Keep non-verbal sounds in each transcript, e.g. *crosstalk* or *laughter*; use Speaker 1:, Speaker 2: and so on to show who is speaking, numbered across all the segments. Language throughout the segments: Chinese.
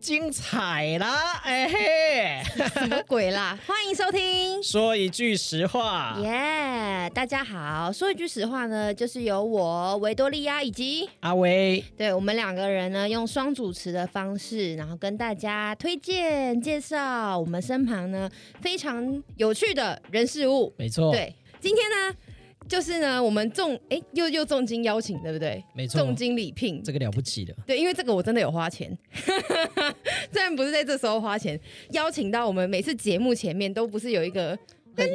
Speaker 1: 精彩啦！哎、嘿， *laughs*
Speaker 2: 什么鬼啦？欢迎收听。
Speaker 1: 说一句实话
Speaker 2: 耶大家好！说一句实话呢，就是由我维多利亚以及
Speaker 1: 阿威
Speaker 2: 对我们两个人呢，用双主持的方式，然后跟大家推荐介绍我们身旁呢非常有趣的人事物。
Speaker 1: 没错，，
Speaker 2: 对，今天呢，就是呢，我们重哎又又重金邀请，对不对？
Speaker 1: 没错
Speaker 2: 重，金礼聘，
Speaker 1: 这个了不起的，
Speaker 2: 对，因为这个我真的有花钱， *laughs* 虽然不是在这时候花钱，邀请到我们每次节目前面都不是有一个
Speaker 1: 很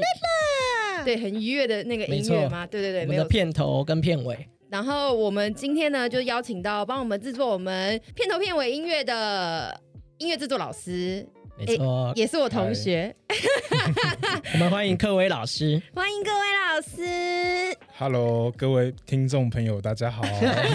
Speaker 2: 对很愉悦的那个
Speaker 1: 没
Speaker 2: 音
Speaker 1: 错
Speaker 2: 乐吗？对对对，
Speaker 1: 我
Speaker 2: 没
Speaker 1: 们的
Speaker 2: 有。
Speaker 1: 片头跟片尾，
Speaker 2: 然后我们今天呢，就邀请到帮我们制作我们片头片尾音乐的音乐制作老师，
Speaker 1: 没错，
Speaker 2: 也是我同学，哎
Speaker 1: *laughs* 我们欢迎柯维老
Speaker 2: *laughs*
Speaker 1: 师，
Speaker 2: 欢迎各位老师。
Speaker 3: Hello，各位听众朋友，大家好。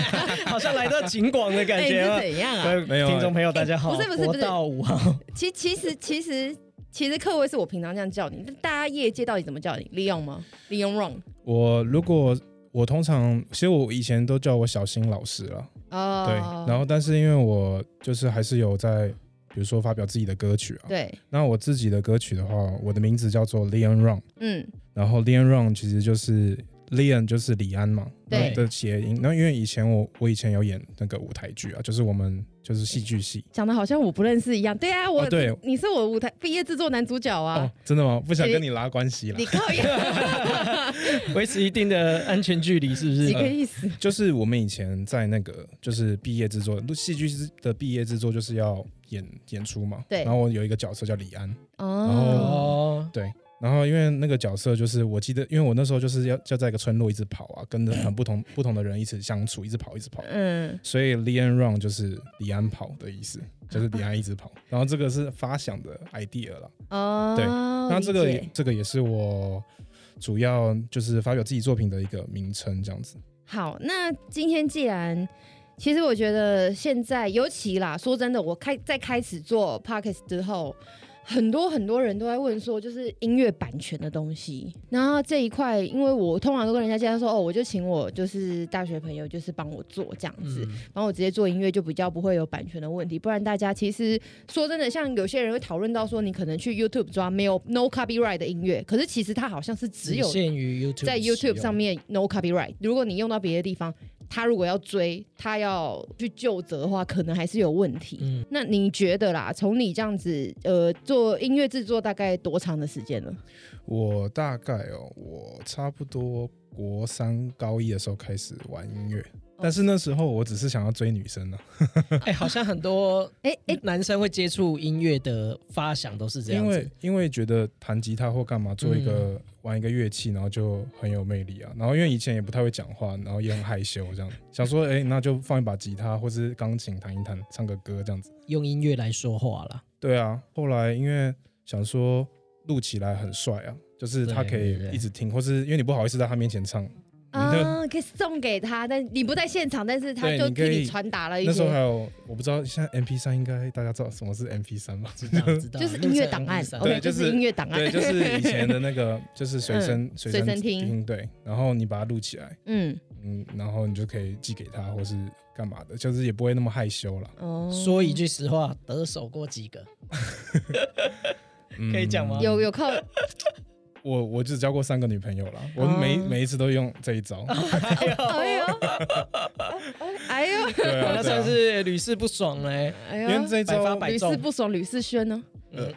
Speaker 3: *laughs*
Speaker 1: 好像来到景广的感
Speaker 2: 哎，
Speaker 1: 觉
Speaker 2: 是
Speaker 1: 了。
Speaker 2: 怎样啊？
Speaker 1: 各位
Speaker 3: 没有啊
Speaker 1: 听众朋友，大家好，
Speaker 2: 不是不是不
Speaker 1: 国
Speaker 2: 是
Speaker 1: 道五 *laughs* 号，
Speaker 2: 其其实其实其实客位是我平常这样叫你，但大家业界到底怎么叫你？利用吗？利用 wrong
Speaker 3: 我如果我通常，其实我以前都叫我小新老师了，
Speaker 2: 哦
Speaker 3: 对。然后，但是因为我就是还是有在，比如说发表自己的歌曲啊。
Speaker 2: 对，
Speaker 3: 那我自己的歌曲的话，我的名字叫做 Leon Run，
Speaker 2: 嗯，
Speaker 3: 然后 Leon Run 其实就是 Leon 就是李安嘛，
Speaker 2: 对
Speaker 3: 那的谐音。那因为以前我我以前有演那个舞台剧啊，就是我们就是戏剧系。
Speaker 2: 讲的好像我不认识一样。对啊，我、
Speaker 3: 哦对
Speaker 2: 你是我舞台毕业制作男主角啊
Speaker 3: 哦，，真的吗？不想跟你拉关系啦
Speaker 2: 你。靠
Speaker 3: *laughs*
Speaker 2: 呀，
Speaker 1: 维持一定的安全距离，是不
Speaker 2: 几 *laughs*
Speaker 1: 是？
Speaker 2: 个意思？
Speaker 3: 就是我们以前在那个就是毕业制作，戏剧的毕业制作就是要演演出嘛。
Speaker 2: 对
Speaker 3: 然后我有一个角色叫李安，
Speaker 2: 哦，
Speaker 1: 哦，
Speaker 3: 然后因为那个角色就是我记得，因为我那时候就是要要在一个村落一直跑啊，跟着很
Speaker 2: *laughs*
Speaker 3: 不同不同的人一起相处，一直跑一直跑。
Speaker 2: 嗯，
Speaker 3: 所以 l e a n Run 就是李安跑的意思，就是李安一直
Speaker 2: *laughs*
Speaker 3: 跑。然后这个是发想的 idea 了。
Speaker 2: 哦，
Speaker 3: 对那这个
Speaker 2: 理
Speaker 3: 也
Speaker 2: 解
Speaker 3: 这个也是我主要就是发表自己作品的一个名称这样子。
Speaker 2: 好，那今天既然。其实我觉得现在，尤其啦，说真的，我开在开始做 p o c a s t 之后，很多很多人都在问说，就是音乐版权的东西。然后这一块，因为我通常都跟人家介绍说，哦，我就请我就是大学朋友，就是帮我做这样子。
Speaker 1: 嗯，
Speaker 2: 然后我直接做音乐就比较不会有版权的问题，不然大家其实说真的，像有些人会讨论到说，你可能去 YouTube 抓没有 no copyright 的音乐，可是其实它好像是只
Speaker 1: 只
Speaker 2: 有
Speaker 1: 限于 YouTube，
Speaker 2: 在 YouTube 上面 no copyright，如果你用到别的地方，他如果要追，他要去就责的话，可能还是有问题。
Speaker 1: 嗯
Speaker 2: 那你觉得啦，从你这样子呃做音乐制作大概多长的时间了？
Speaker 3: 我大概哦，我差不多国三高一的时候开始玩音乐，
Speaker 1: 哦
Speaker 3: 但
Speaker 2: 哦
Speaker 3: 是那时候我只是想要追女生啊，
Speaker 1: 用。哎，好像很多
Speaker 2: 哎 *laughs* 哎、
Speaker 1: 男生会接触音乐的发想都是这
Speaker 3: 因
Speaker 1: 样
Speaker 3: 为
Speaker 1: 子，嗯
Speaker 3: 因为觉得弹吉他或干嘛，做一个、玩一个乐器，然后就很有魅力啊。然后因为以前也不太会讲话，然后也很害羞，
Speaker 1: *laughs*
Speaker 3: 这样想说，哎、那就放一把吉他或是钢琴弹一弹，唱个歌这样子。
Speaker 1: 用音乐来说话啦。
Speaker 3: 对啊，后来因为想说录起来很帅啊，就是他
Speaker 1: 对
Speaker 3: 可
Speaker 1: 对对
Speaker 3: 以一直听，或是因为你不好意思在他面前唱，嗯你的
Speaker 2: 啊，可以送给他，但你不在现场，但是他
Speaker 3: 对
Speaker 2: 就
Speaker 3: 你
Speaker 2: 替
Speaker 3: 可以
Speaker 2: 你传达了一
Speaker 3: 那时候还
Speaker 2: 些。
Speaker 3: 有，我不知道现在 M P 三应该大家知道什么是 M P
Speaker 1: *laughs*
Speaker 3: 三吧？
Speaker 1: 知道知道，
Speaker 2: 就是音乐档案
Speaker 1: 录成
Speaker 2: ，OK，
Speaker 1: MP3
Speaker 3: 对
Speaker 2: 就是
Speaker 3: 就是
Speaker 2: 音乐档案，
Speaker 3: 对，就是以前的那个，就是随身随
Speaker 2: 随身听
Speaker 3: 听，对，然后你把它录起来，
Speaker 2: *laughs* 嗯，
Speaker 3: 嗯，然后你就可以寄给他，或是干嘛的，就是也不会那么害羞了。
Speaker 2: 哦
Speaker 1: 说一句实话，得手过几个？
Speaker 3: 嗯
Speaker 1: 可以讲吗
Speaker 2: 有有
Speaker 3: *laughs*
Speaker 2: 靠，
Speaker 3: 我我只交过三个女朋友啦，我
Speaker 2: 哦
Speaker 3: 每每一次都用这一招，
Speaker 2: 哎呦， *laughs* 哎呦，
Speaker 3: 对啊，
Speaker 1: 那
Speaker 3: 对
Speaker 1: 算
Speaker 3: 啊。
Speaker 1: 是屡试不爽嘞。
Speaker 2: 哎
Speaker 3: 因为
Speaker 2: 呦，
Speaker 3: 这一
Speaker 1: 百发
Speaker 3: 招，
Speaker 1: 百
Speaker 2: 屡
Speaker 1: 中
Speaker 2: 试。不爽，屡试轩呢？
Speaker 1: *laughs* 嗯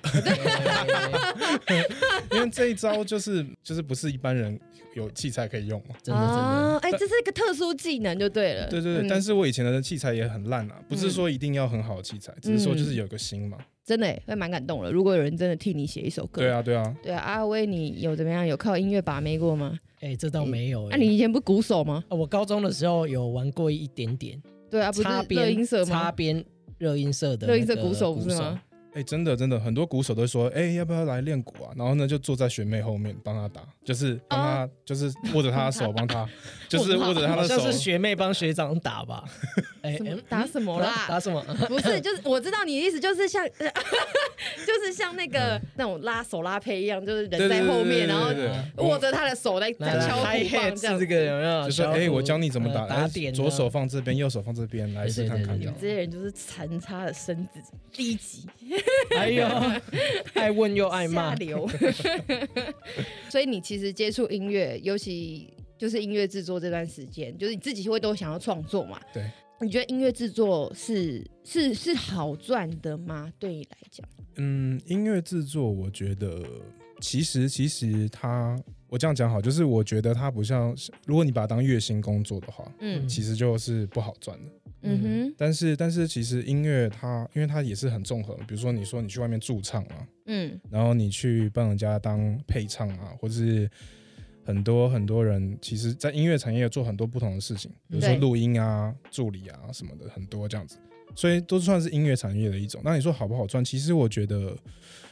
Speaker 3: 因为这一招就是就是不是一般人有器材可以用嘛。
Speaker 1: 真的真的，
Speaker 2: 啊，哎、这是一个特殊技能就对了。
Speaker 3: 对对对，
Speaker 2: 嗯
Speaker 3: 但是我以前的器材也很烂啊，不是说一定要很好的器材，只是说就是有个心嘛。
Speaker 2: 真的哎会蛮感动的。如果有人真的替你写一首歌，
Speaker 3: 对，啊，对啊，
Speaker 2: 对啊，阿威，你有怎么样？有靠音乐把妹过吗？
Speaker 1: 哎，这倒没有
Speaker 2: 啊，
Speaker 1: 哎。
Speaker 2: 你以前不是鼓手吗？
Speaker 1: 啊我高中的时候有玩过一点点，
Speaker 2: 对啊，不是
Speaker 1: 擦
Speaker 2: 乐音
Speaker 1: 边
Speaker 2: 社
Speaker 1: 擦
Speaker 2: 吗？
Speaker 1: 边热音社的
Speaker 2: 热音
Speaker 1: 那个
Speaker 2: 社鼓
Speaker 1: 鼓
Speaker 2: 手不是吗？？
Speaker 3: 哎、真的真的，很多鼓手都说，哎、要不要来练鼓啊？然后呢，就坐在学妹后面帮她打，就是帮他，就是握着他的手，帮
Speaker 1: *laughs*
Speaker 3: 他，就是握着他
Speaker 1: 哦好
Speaker 3: 的
Speaker 1: 像是
Speaker 3: 手。
Speaker 1: 学妹帮学长打吧？哎
Speaker 2: *laughs* 什么
Speaker 1: 嗯
Speaker 2: 打什么啦？
Speaker 1: 打什么？*laughs*
Speaker 2: 不是，就是我知道你的意思，就是像， *laughs* 就是像那
Speaker 1: 嗯
Speaker 2: 个那种拉手拉胚一样，就是
Speaker 3: 对
Speaker 2: 人在后面，然
Speaker 3: 对
Speaker 2: 然
Speaker 3: 对对对
Speaker 2: 后握着他的手在
Speaker 1: 来
Speaker 2: 在敲鼓
Speaker 1: 来
Speaker 2: 棒
Speaker 1: hi-hat
Speaker 2: 这样
Speaker 1: 是这。个有没有？
Speaker 3: 就说
Speaker 1: 小
Speaker 3: 哎，
Speaker 1: 鼓
Speaker 3: 我教你怎么打，
Speaker 1: 呃
Speaker 3: 哎
Speaker 1: 打点啊，
Speaker 3: 左手放这边，右手放这边，来
Speaker 1: 对
Speaker 3: 试看
Speaker 1: 对
Speaker 3: 看
Speaker 1: 对
Speaker 3: 这
Speaker 2: 你
Speaker 3: 样
Speaker 2: 们。这些人就是残差的身子，低级
Speaker 1: 哎
Speaker 3: *laughs*
Speaker 1: 呦，爱问又爱
Speaker 2: 下
Speaker 1: 骂，
Speaker 2: 流。 *laughs* 所以你其实接触音乐，尤其就是音乐制作这段时间，就是你自己会都想要创作嘛？
Speaker 3: 对。
Speaker 2: 你觉得音乐制作是是是好赚的吗？对你来讲，
Speaker 3: 嗯，音乐制作，我觉得其实其实它，我这样讲好，就是我觉得它不像是，如果你把它当月薪工作的话，
Speaker 2: 嗯
Speaker 3: 其实就是不好赚的。
Speaker 2: 嗯哼，
Speaker 3: 但是但是其实音乐它，因为它也是很综合，比如说你说你去外面驻唱嘛，
Speaker 2: 嗯
Speaker 3: 然后你去帮人家当配唱啊，或是很多很多人，其实，在音乐产业做很多不同的事情，比如说
Speaker 2: 对
Speaker 3: 录音啊、助理啊什么的，很多这样子，所以都算是音乐产业的一种。那你说好不好赚？其实我觉得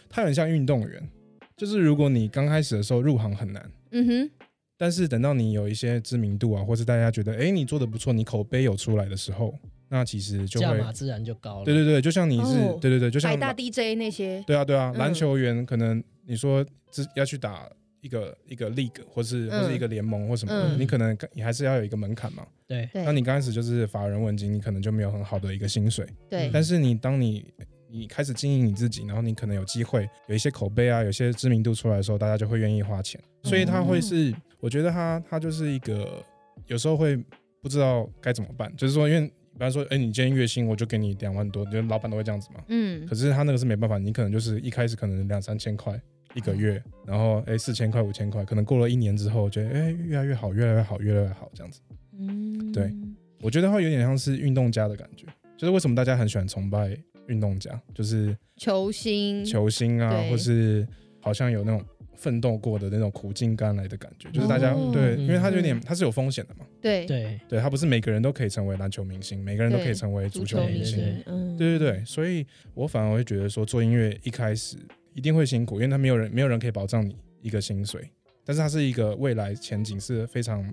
Speaker 3: 它很像运动员，就是如果你刚开始的时候入行很难。
Speaker 2: 嗯哼，
Speaker 3: 但是等到你有一些知名度啊，或是大家觉得哎、诶你做的不错，你口碑有出来的时候，那其实就
Speaker 1: 价
Speaker 3: 会，
Speaker 1: 码自然就高了。
Speaker 3: 对对对，就像你是，
Speaker 2: 哦
Speaker 3: 对对对，就像
Speaker 2: 百大 DJ 那些，
Speaker 3: 对啊，对啊，
Speaker 2: 嗯
Speaker 3: 篮球员可能你说这要去打一个一个 league 或是或
Speaker 2: 嗯
Speaker 3: 是一个联盟或什么的，
Speaker 1: 嗯
Speaker 3: 你可能你还是要有一个门槛嘛。
Speaker 1: 对
Speaker 2: 对
Speaker 3: 那你刚开始就是法人问津，你可能就没有很好的一个薪水。
Speaker 2: 对，
Speaker 3: 但是你当你你开始经营你自己，然后你可能有机会有一些口碑啊，有一些知名度出来的时候，大家就会愿意花钱。
Speaker 2: 嗯
Speaker 3: 所以它会是，我觉得它它就是一个有时候会不知道该怎么办，就是说因为。比方说，哎、你今天月薪我就给你两万多，就是老板都会这样子嘛。
Speaker 2: 嗯
Speaker 3: 可是他那个是没办法，你可能就是一开始可能两三千块一个月，然后哎四千块五千块，可能过了一年之后，觉得哎越来越好，越来越好，越来越好这样子。
Speaker 2: 嗯，
Speaker 3: 对我觉得会有点像是运动家的感觉，就是为什么大家很喜欢崇拜运动家，就是
Speaker 2: 球星，
Speaker 3: 球星啊，
Speaker 2: 嗯对
Speaker 3: 或是好像有那种奋斗过的那种苦尽甘来的感觉，就是大家、
Speaker 2: 哦
Speaker 3: 对，
Speaker 1: 嗯
Speaker 3: 因为他有点
Speaker 2: 嗯
Speaker 3: 他是有风险的嘛，
Speaker 2: 对
Speaker 1: 对，
Speaker 3: 对他不是每个人都可以成为篮球明星，每个人都可以
Speaker 2: 对
Speaker 3: 成为足
Speaker 2: 足
Speaker 3: 球
Speaker 2: 球
Speaker 3: 明
Speaker 2: 明
Speaker 3: 星
Speaker 1: 对，
Speaker 2: 星，嗯，
Speaker 3: 对对对，所以我反而会觉得说，做音乐一开始一定会辛苦，因为他没有人没有人可以保障你一个薪水，但是它是一个未来前景是非常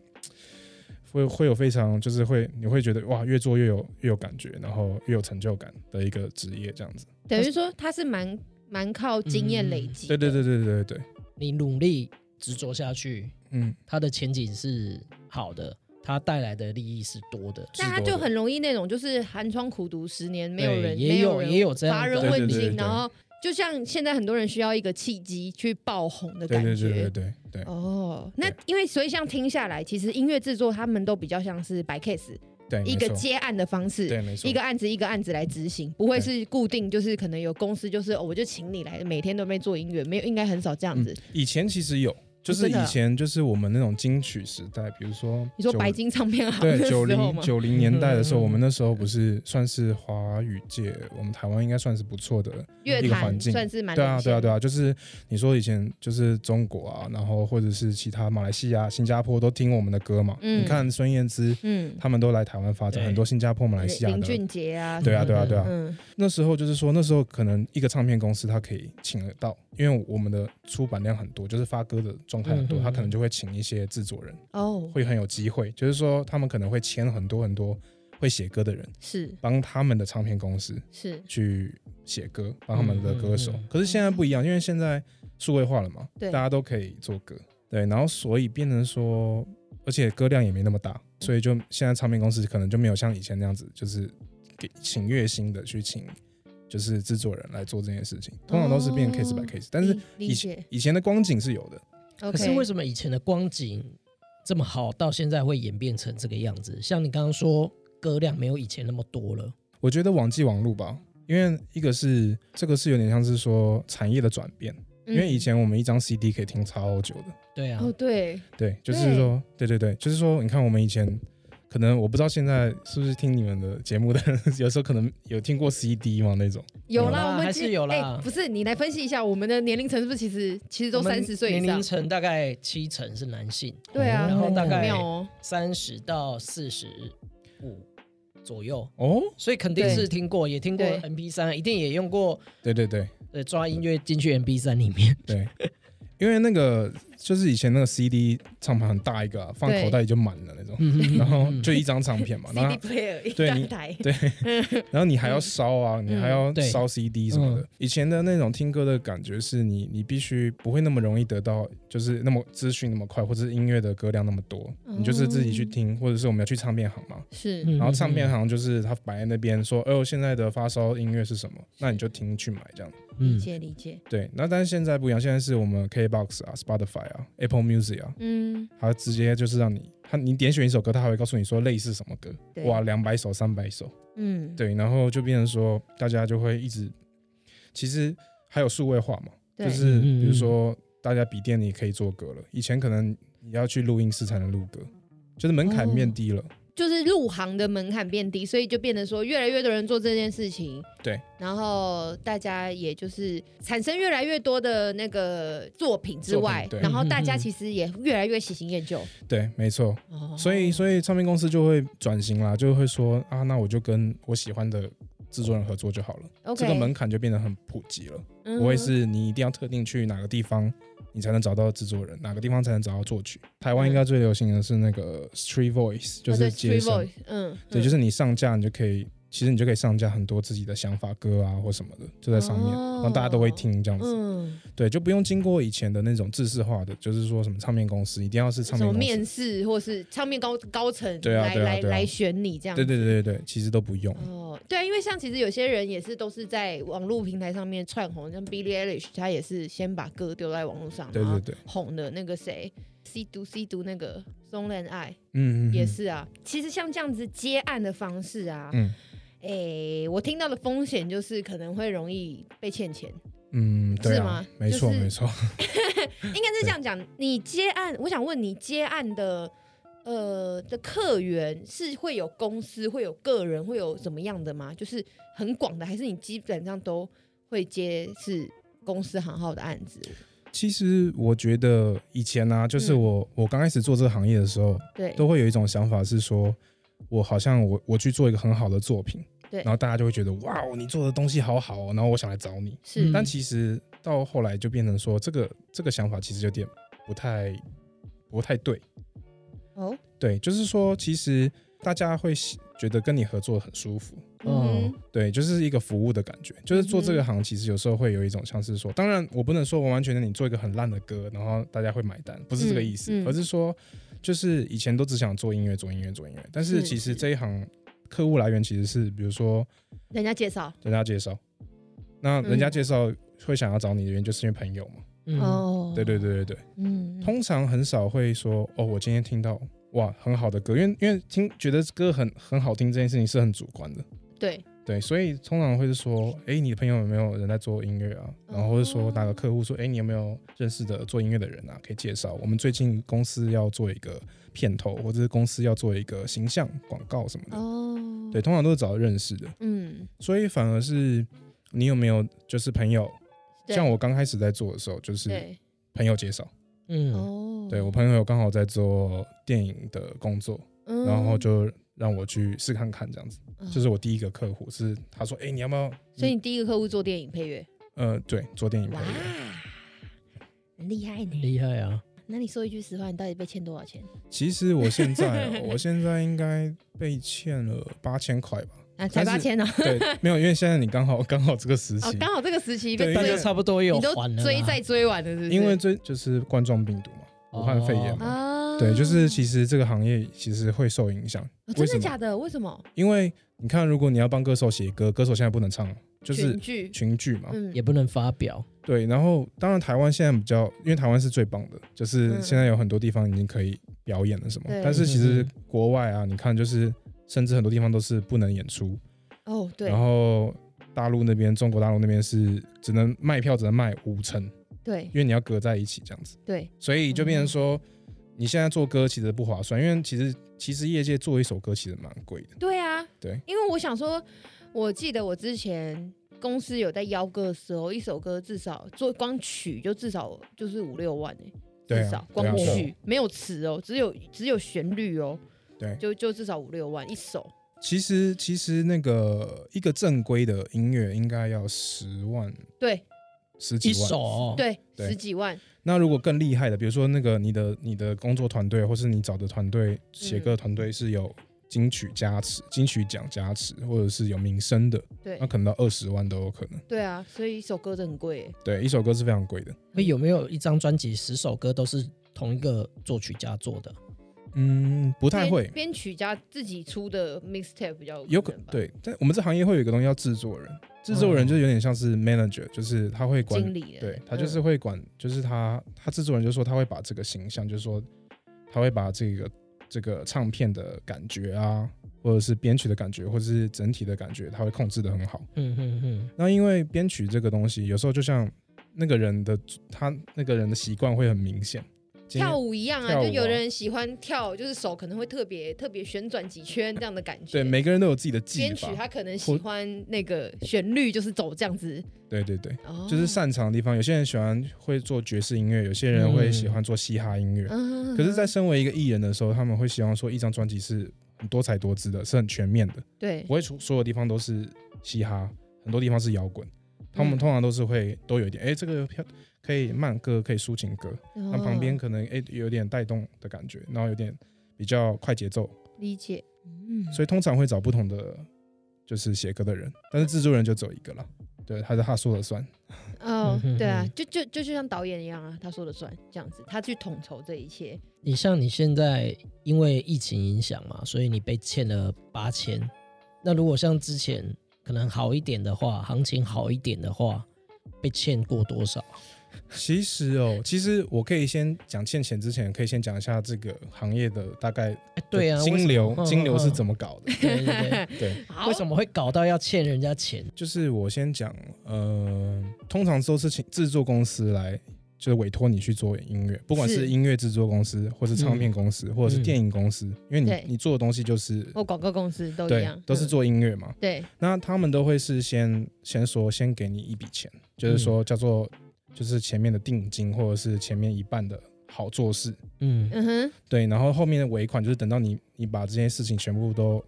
Speaker 3: 会会有非常就是会你会觉得哇，越做越有越有感觉，然后越有成就感的一个职业这样子。
Speaker 2: 等于说他是蛮蛮靠经验累积
Speaker 3: 嗯对
Speaker 2: 的，
Speaker 3: 对对对对对，对
Speaker 1: 你努力执着下去，
Speaker 3: 嗯，
Speaker 1: 它的前景是好的，它带来的利益是多的。
Speaker 2: 但他
Speaker 3: 是多
Speaker 2: 就
Speaker 3: 的
Speaker 2: 很容易那种，就是寒窗苦读十年，没有
Speaker 1: 对
Speaker 2: 人，
Speaker 1: 也
Speaker 2: 没
Speaker 1: 有
Speaker 2: 人
Speaker 1: 也有这样
Speaker 2: 乏
Speaker 1: 的
Speaker 2: 人
Speaker 3: 对对
Speaker 2: 问
Speaker 3: 对
Speaker 2: 津，
Speaker 3: 对
Speaker 2: 然后就像现在很多人需要一个契机去爆红的
Speaker 3: 对
Speaker 2: 感
Speaker 3: 对对对
Speaker 2: 觉。
Speaker 3: 对对
Speaker 2: 哦，那
Speaker 3: 对
Speaker 2: 因为所以像听下来，其实音乐制作他们都比较像是白 case
Speaker 3: 对，
Speaker 2: 一
Speaker 3: 没
Speaker 2: 个
Speaker 3: 错
Speaker 2: 接案的方式，
Speaker 3: 对没错
Speaker 2: 一个案子一个案子来执行，不会是固定，就是可能有公司就是、哦、我就请你来，每天都在做音乐，没有应该很少这样子。
Speaker 3: 以前其实有。就是
Speaker 2: 哦真的
Speaker 3: 以前就是我们那种金曲时代，比如说
Speaker 2: 你说
Speaker 3: 九
Speaker 2: 白金唱片行
Speaker 3: *laughs* 对，
Speaker 2: 的
Speaker 3: 九
Speaker 2: 时候
Speaker 3: 零
Speaker 2: 吗？
Speaker 3: 九零年代的时候，
Speaker 1: 嗯
Speaker 3: 我们那时候不是算是华语界，我们台湾应该算是不错的。
Speaker 2: 乐
Speaker 3: 一个环
Speaker 2: 坛
Speaker 3: 境
Speaker 2: 算是蛮
Speaker 3: 对啊，
Speaker 2: 领
Speaker 3: 对啊，
Speaker 2: 先
Speaker 3: 对啊，就是你说以前就是中国啊，然后或者是其他马来西亚、新加坡都听我们的歌嘛。
Speaker 2: 嗯
Speaker 3: 你看孙燕姿，
Speaker 2: 嗯，
Speaker 3: 他们都来台湾发展，
Speaker 1: 对
Speaker 3: 很多新加坡、马来西亚
Speaker 2: 林
Speaker 3: 的。
Speaker 2: 俊杰啊，
Speaker 3: 对啊，对啊，对啊。
Speaker 2: 嗯
Speaker 3: 那时候就是说，那时候可能一个唱片公司它可以请得到，因为我们的出版量很多，就是发歌的状态很多，
Speaker 1: 嗯嗯
Speaker 3: 他可能就会请一些制作人，
Speaker 2: 哦，
Speaker 3: 会很有机会。就是说，他们可能会签很多很多会写歌的人。
Speaker 2: 是
Speaker 3: 帮他们的唱片公司
Speaker 2: 是，
Speaker 3: 去写歌，帮他们的歌手。
Speaker 1: 嗯嗯嗯
Speaker 3: 可是现在不一样，因为现在数位化了嘛，
Speaker 2: 对
Speaker 3: 大家都可以做歌，对，然后所以变成说，而且歌量也没那么大，所以就现在唱片公司可能就没有像以前那样子，就是给请月薪的去请。就是制作人来做这件事情，通常都是变
Speaker 2: 哦
Speaker 3: case by case，、但是
Speaker 2: 理
Speaker 3: 以
Speaker 2: 理
Speaker 3: 前
Speaker 2: 解
Speaker 3: 以前的光景是有的，
Speaker 1: 可是为
Speaker 2: 什
Speaker 1: 什么以前的光景这么好，到现在会演变成这个样子？像你刚刚说，歌量没有以前那么多了。
Speaker 3: 我觉得网际网路吧，因为一个是这个是有点像是说产业的转变，
Speaker 2: 么
Speaker 1: 嗯
Speaker 3: 因为以前我们一张 CD 可以听超久的，
Speaker 1: 对啊，
Speaker 2: 嗯哦对，
Speaker 3: 对，就是说，对对对，就是说，你看我们以前可能我不知道现在是不是听你们的节目的人， *laughs* 有时候可能有听过 CD 嘛那种，
Speaker 2: 有
Speaker 1: 有啦
Speaker 2: 啦，我们
Speaker 1: 还
Speaker 2: 其
Speaker 1: 是有啦
Speaker 2: 哎不是，你来分析一下我们的年龄层是不是其实其实都
Speaker 1: 我们
Speaker 2: 三十岁以
Speaker 1: 年
Speaker 2: 上
Speaker 1: 龄？层大概七成是男性，
Speaker 2: 对啊，
Speaker 1: 然后大概
Speaker 2: 很妙哦，
Speaker 1: 三十到四十五左右，
Speaker 3: 哦，
Speaker 1: 所以肯定
Speaker 2: 对
Speaker 1: 是听过，也听过
Speaker 2: 对
Speaker 1: MP 三，一定也用过
Speaker 3: 对对对
Speaker 2: *laughs*
Speaker 1: 呃抓音乐进去 MP 三里面。
Speaker 3: 对，因为那个就是以前那个 CD 唱盘很大一个、啊，放
Speaker 2: 对
Speaker 3: 口袋里就满了那种，
Speaker 1: 嗯哼
Speaker 3: 然后就一张唱片嘛，然后
Speaker 2: CD player 一
Speaker 3: 对你
Speaker 2: 张台，
Speaker 1: 嗯
Speaker 3: 对，然后你还要烧啊，你还要
Speaker 1: 对
Speaker 3: 烧 CD 什么的。以前的那种听歌的感觉是你，你必须不会那么容易得到，就是那么资讯那么快，或者是音乐的歌量那么多，
Speaker 2: 哦
Speaker 3: 你就是自己去听，或者是我们要去唱片行嘛。
Speaker 2: 是
Speaker 1: 嗯
Speaker 3: 然后唱片行就是他摆在那边说，哦，现在的发烧音乐是什么？那你就听去买这样。
Speaker 2: 理
Speaker 1: 嗯
Speaker 2: 解理解，
Speaker 3: 对，那但是现在不一样，现在是我们 KBox 啊、Spotify 啊、Apple Music 啊，
Speaker 2: 嗯，
Speaker 3: 它直接就是让你，它你点选一首歌，它还会告诉你说类似什么歌，
Speaker 2: 对
Speaker 3: 哇，两百首、三百首。
Speaker 2: 嗯，
Speaker 3: 对，然后就变成说，大家就会一直，其实还有数位化嘛，
Speaker 2: 对，
Speaker 3: 就是
Speaker 1: 嗯嗯
Speaker 3: 比如
Speaker 1: 嗯
Speaker 3: 说大家笔电你可以做歌了，以前可能你要去录音室才能录歌，就是门槛变
Speaker 2: 哦
Speaker 3: 低了，
Speaker 2: 就是入行的门槛变低，所以就变得说越来越多人做这件事情。
Speaker 3: 对，
Speaker 2: 然后大家也就是产生越来越多的那个作品之外
Speaker 3: 作品，对
Speaker 2: 然后大
Speaker 1: 嗯嗯
Speaker 2: 家
Speaker 1: 嗯
Speaker 2: 其实也越来越喜新厌旧。
Speaker 3: 对，没错，
Speaker 2: 哦
Speaker 3: 所以所以唱片公司就会转型啦，就会说啊，那我就跟我喜欢的制作人合作就好了，
Speaker 2: o k
Speaker 3: 这个门槛就变得很普及了，
Speaker 2: 嗯
Speaker 3: 不会
Speaker 2: 哦
Speaker 3: 是你一定要特定去哪个地方。你才能找到制作人，哪个地方才能找到作曲？台湾
Speaker 2: 嗯
Speaker 3: 应该最流行的是那个 Street Voice，就是
Speaker 2: 哦
Speaker 3: 街声，
Speaker 2: 嗯，
Speaker 3: 对，就是是你上架，你就可以，其实你就可以上架很多自己的想法歌啊或什么的，就在上面，
Speaker 2: 哦
Speaker 3: 然后大家都会听这样子。
Speaker 2: 嗯，
Speaker 3: 对，就不用经过以前的那种制式化的，就是说什么唱片公司一定要是唱
Speaker 2: 什
Speaker 3: 片
Speaker 2: 么
Speaker 3: 公司，
Speaker 2: 面试或是唱片高高层
Speaker 3: 对啊
Speaker 2: 来
Speaker 3: 对啊
Speaker 2: 来
Speaker 3: 对啊
Speaker 2: 来选你这样。
Speaker 3: 对对对对对，其实都不用。
Speaker 2: 哦，对啊，因为像其实有些人也是都是在网络平台上面窜红，像 Billie Eilish，她也是先把歌丢在网络上，
Speaker 3: 对
Speaker 2: 然后
Speaker 3: 对对，
Speaker 2: 红的那个谁吸毒吸毒那个松恋爱、
Speaker 3: 嗯，嗯嗯
Speaker 2: 也是啊。其实像这样子接案的方式啊，
Speaker 3: 嗯
Speaker 2: 诶、我听到的风险就是可能会容易被欠钱，
Speaker 3: 嗯，对
Speaker 2: 是
Speaker 3: 啊
Speaker 2: 吗，
Speaker 3: 没错
Speaker 2: 就是
Speaker 3: 没错。 *laughs*
Speaker 2: 应该是这样讲。你接案，我想问你接案的。呃，的客源是会有公司，会有个人，会有怎么样的吗？就是很广的，还是你基本上都会接是公司行号的案子？
Speaker 3: 其实我觉得以前呢、啊，就是
Speaker 2: 嗯
Speaker 3: 我、我刚开始做这个行业的时候，
Speaker 2: 对，
Speaker 3: 都会有一种想法是说，我好像我我去做一个很好的作品，
Speaker 2: 对
Speaker 3: 然后大家就会觉得哇哦，你做的东西好好、哦，然后我想来找你。
Speaker 2: 是、
Speaker 1: 嗯
Speaker 3: 但其实到后来就变成说，这个这个想法其实有点不太不太对。
Speaker 2: 哦，
Speaker 3: 对，就是说，其实大家会喜觉得跟你合作很舒服，
Speaker 2: 嗯哼，
Speaker 3: 对，就是一个服务的感觉。就是做这个
Speaker 2: 嗯
Speaker 3: 行，其实有时候会有一种像是说，当然我不能说完完全全你做一个很烂的歌，然后大家会买单，不是这个意思，
Speaker 2: 嗯嗯
Speaker 3: 而是说，就是以前都只想做音乐，做音乐，做音乐，但是
Speaker 2: 是
Speaker 3: 其实
Speaker 2: 是
Speaker 3: 这一行客户来源其实是比如说
Speaker 2: 人家介绍、
Speaker 3: 人家介绍，那人
Speaker 2: 嗯
Speaker 3: 家介绍会想要找你的原因，就是因为朋友嘛。
Speaker 1: 嗯
Speaker 2: 哦，
Speaker 3: 对对，对对对。
Speaker 2: 嗯，
Speaker 3: 通常很少会说哦，我今天听到哇很好的歌，因为因为听觉得歌很很好听这件事情是很主观的，
Speaker 2: 对，
Speaker 3: 对，所以通常会是说，哎、你的朋友有没有人在做音乐啊？
Speaker 2: 哦
Speaker 3: 然后或者说哪个客户说，哎、你有没有认识的做音乐的人啊？可以介绍，我们最近公司要做一个片头，或者是公司要做一个形象广告什么的，
Speaker 2: 哦，
Speaker 3: 对，，通常都是找认识的，
Speaker 2: 嗯，
Speaker 3: 所以反而是你有没有就是朋友，
Speaker 2: 对
Speaker 3: 像我刚开始在做的时候，就是
Speaker 2: 对，
Speaker 3: 朋友介绍。
Speaker 1: 嗯
Speaker 2: 哦，
Speaker 3: 对我朋友刚好在做电影的工作，
Speaker 2: 嗯，
Speaker 3: 然后就让我去试看看这样子。
Speaker 2: 嗯
Speaker 3: 这是我第一个客户，是他说：“哎、你要不要？”
Speaker 2: 所以你第一个客户做电影配乐，
Speaker 3: 呃，对，做电影配
Speaker 2: 哇
Speaker 3: 乐。，
Speaker 2: 很厉害呢。
Speaker 1: 厉害啊，
Speaker 2: 那你说一句实话，你到底被欠多少钱？
Speaker 3: 其实我现在哦，我现在应该被欠了八千块吧？
Speaker 2: 啊，才八
Speaker 3: 但是
Speaker 2: 千呢。
Speaker 3: 对，没有，因为现在你刚好刚好这个时
Speaker 2: 哦
Speaker 3: 期，，
Speaker 2: 刚好这个时期被
Speaker 3: 对
Speaker 1: 大
Speaker 3: 因
Speaker 1: 家
Speaker 2: 追
Speaker 3: 为，
Speaker 1: 差不多也有
Speaker 2: 你都
Speaker 1: 还了啦，
Speaker 2: 追再追完了，是不是？
Speaker 3: 因为最就是冠状病毒嘛，
Speaker 1: 哦
Speaker 3: 武汉肺炎嘛，
Speaker 2: 啊，
Speaker 3: 对，就是其实这个行业其实会受影响。
Speaker 2: 哦
Speaker 3: 为
Speaker 2: 真
Speaker 3: 什
Speaker 2: 的
Speaker 3: 么
Speaker 2: 假的？为什么？
Speaker 3: 因为你看，如果你要帮歌手写歌，歌手现在不能唱了，就是啊
Speaker 2: 群聚，
Speaker 3: 群聚嘛，
Speaker 2: 嗯
Speaker 1: 也不能发表，
Speaker 3: 对，然后当然台湾现在比较，因为台湾是最棒的，就是
Speaker 2: 嗯
Speaker 3: 现在有很多地方已经可以表演了什么。
Speaker 2: 对
Speaker 3: 但是其实
Speaker 1: 嗯
Speaker 3: 国外啊，你看就是甚至很多地方都是不能演出，
Speaker 2: 哦，对
Speaker 3: 然后大陆那边，中国大陆那边是只能卖票，只能卖五成，
Speaker 2: 对
Speaker 3: 因为你要隔在一起这样子，
Speaker 2: 对，
Speaker 3: 所以就
Speaker 2: 嗯
Speaker 3: 变成说。你现在做歌其实不划算，因为其实其实业界做一首歌其实蛮贵的，
Speaker 2: 对啊，
Speaker 3: 对，
Speaker 2: 因为我想说，我记得我之前公司有在邀歌的时候，一首歌至少做光曲就至少就是五六万哎、
Speaker 3: 对
Speaker 2: 至少，
Speaker 3: 啊对啊
Speaker 2: 光
Speaker 3: 对啊
Speaker 2: 曲、没有词哦，只有只有旋律哦，
Speaker 3: 对
Speaker 2: 就就至少五六万一首，
Speaker 3: 其实其实那个一个正规的音乐应该要十万
Speaker 2: 对，
Speaker 3: 十几
Speaker 1: 一
Speaker 3: 万。
Speaker 1: 手、哦，
Speaker 2: 对，
Speaker 3: 对
Speaker 2: 十几万，
Speaker 3: 那如果更厉害的，比如说那个你的你的工作团队，或是你找的团
Speaker 2: 嗯
Speaker 3: 队写歌团队是有金曲加持、金曲奖加持，或者是有名声的，
Speaker 2: 对
Speaker 3: 那可能到二十万都有可能。
Speaker 2: 对啊，所以一首歌真的很贵欸耶，
Speaker 3: 对，一首歌是非常贵的。
Speaker 1: 那哎有没有一张专辑十首歌都是同一个作曲家做的？
Speaker 3: 嗯，不太
Speaker 2: 编
Speaker 3: 会，
Speaker 2: 编曲家自己出的 mixtape 比较
Speaker 3: 有可
Speaker 2: 可能吧，
Speaker 3: 对，但我们这行业会有一个东西叫制作人，制作人
Speaker 1: 哦
Speaker 3: 就有点像是 manager，就是他会管
Speaker 2: 经理的嗯
Speaker 3: 对他就是会管，就是他他制作人就说他会把这个形象，就是说他会把这个这个唱片的感觉啊，或者是编曲的感觉，或者是整体的感觉，他会控制的很好。
Speaker 1: 嗯嗯嗯，
Speaker 3: 那因为编曲这个东西，有时候就像那个人的他那个人的习惯会很明显，今天
Speaker 2: 跳舞一样啊，
Speaker 3: 跳舞
Speaker 2: 就有的
Speaker 3: 啊
Speaker 2: 人喜欢跳，就是手可能会特别特别旋转几圈这样的感觉。
Speaker 3: 对每个人都有自己的技
Speaker 2: 编曲
Speaker 3: 法，
Speaker 2: 他可能喜欢那个旋律，就是走这样子，
Speaker 3: 对对对。
Speaker 2: 哦
Speaker 3: 就是擅长的地方，有些人喜欢会做爵士音乐，有些人会
Speaker 1: 嗯
Speaker 3: 喜欢做嘻哈音乐。
Speaker 2: 嗯
Speaker 3: 可是，在身为一个艺人的时候，他们会希望说，一张专辑是很多彩多姿的，是很全面的，
Speaker 2: 对
Speaker 3: 不会出所有地方都是嘻哈，很多地方是摇滚。
Speaker 2: 嗯
Speaker 3: 他们通常都是会都有一点，哎、这个飘可以慢歌，可以抒情歌，那、
Speaker 2: 那
Speaker 3: 旁边可能哎、有点带动的感觉，然后有点比较快节奏，
Speaker 2: 理解，嗯，
Speaker 3: 所以通常会找不同的就是写歌的人，但是制作人就只有一个了，对，他是他说了
Speaker 2: *laughs*
Speaker 3: 算。
Speaker 2: 哦
Speaker 1: 嗯哼，
Speaker 2: 对啊
Speaker 1: 哼，
Speaker 2: 就就就就像导演一样啊，他说了算，这样子，他去统筹这一切，
Speaker 1: 你像你现在因为疫情影响嘛，所以你被欠了八千。那如果像之前可能好一点的话，行情好一点的话，被欠过多少？
Speaker 3: 其实哦，其实我可以先讲欠钱之前，可以先讲一下这个行业的大概
Speaker 1: 哎，对啊， *laughs*
Speaker 3: 金流
Speaker 1: 为什
Speaker 2: 嗯
Speaker 1: 么
Speaker 3: 金流是怎
Speaker 1: 么？？
Speaker 3: 么搞的 *laughs*
Speaker 1: 对对对，
Speaker 3: 对，
Speaker 2: 好
Speaker 1: 为，什么会搞到要欠人家钱？
Speaker 3: 就是我先讲，呃，通常都是请制作公司来，就是委托你去做音乐，不管
Speaker 2: 是嗯
Speaker 3: 是音乐制作公司，或是唱片公司，或者是电影公司，因为
Speaker 2: 对
Speaker 3: 你你做的东西就是
Speaker 2: 我广告公司都一
Speaker 3: 对
Speaker 2: 样，，
Speaker 3: 都是
Speaker 2: 嗯
Speaker 3: 做音乐嘛，
Speaker 2: 对，
Speaker 3: 那他们都会是先先说先给你一笔钱，
Speaker 2: 嗯
Speaker 3: 就是说叫做就是前面的定金或者是前面一半的好做事，
Speaker 1: 嗯，
Speaker 2: 嗯哼，
Speaker 3: 对，然后后面的尾款就是等到你你把这件事情全部都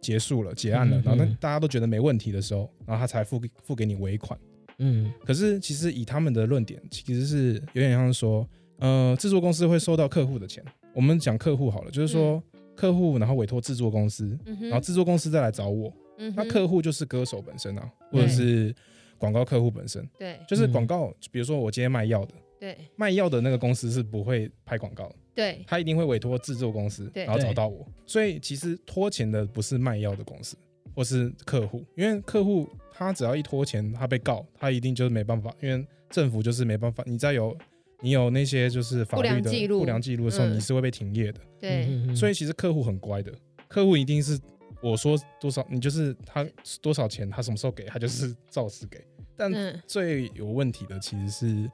Speaker 3: 结束了结案了
Speaker 1: 嗯，
Speaker 3: 然
Speaker 1: 嗯
Speaker 3: 后那大家都觉得没问题的时候，然后他才付给付给你尾款。
Speaker 1: 嗯，
Speaker 3: 可是其实以他们的论点，其实是有点像是说，呃，制作公司会收到客户的钱。我们讲客户好了，就是说客户然后委托制作公司，
Speaker 2: 嗯
Speaker 3: 然后
Speaker 2: 哼，
Speaker 3: 制作公司再来找我，
Speaker 2: 嗯
Speaker 3: 那
Speaker 2: 哼
Speaker 3: 客户就是歌手本身啊，
Speaker 1: 对嗯
Speaker 3: 或者是广告客户本身，
Speaker 2: 对
Speaker 3: 就是广告，比如说我今天卖药的，
Speaker 2: 对
Speaker 3: 卖药的那个公司是不会拍广告的，
Speaker 2: 对，
Speaker 3: 他一定会委托制作公司，
Speaker 2: 对
Speaker 3: 然后找到我。所以其实拖钱的不是卖药的公司或是客户，因为客户他只要一拖钱，他被告，他一定就是没办法，因为政府就是没办法，你再有。你有那些就是法律
Speaker 2: 不良记
Speaker 3: 的
Speaker 2: 录
Speaker 3: 不良记录的时候，
Speaker 2: 嗯
Speaker 3: 你是会被停业的。
Speaker 2: 对，
Speaker 1: 嗯，嗯嗯
Speaker 3: 所以其实客户很乖的，客户一定是我说多少，你就是他多少钱，他什么时候给，他就是照实给。但
Speaker 2: 嗯，
Speaker 3: 最有问题的其实是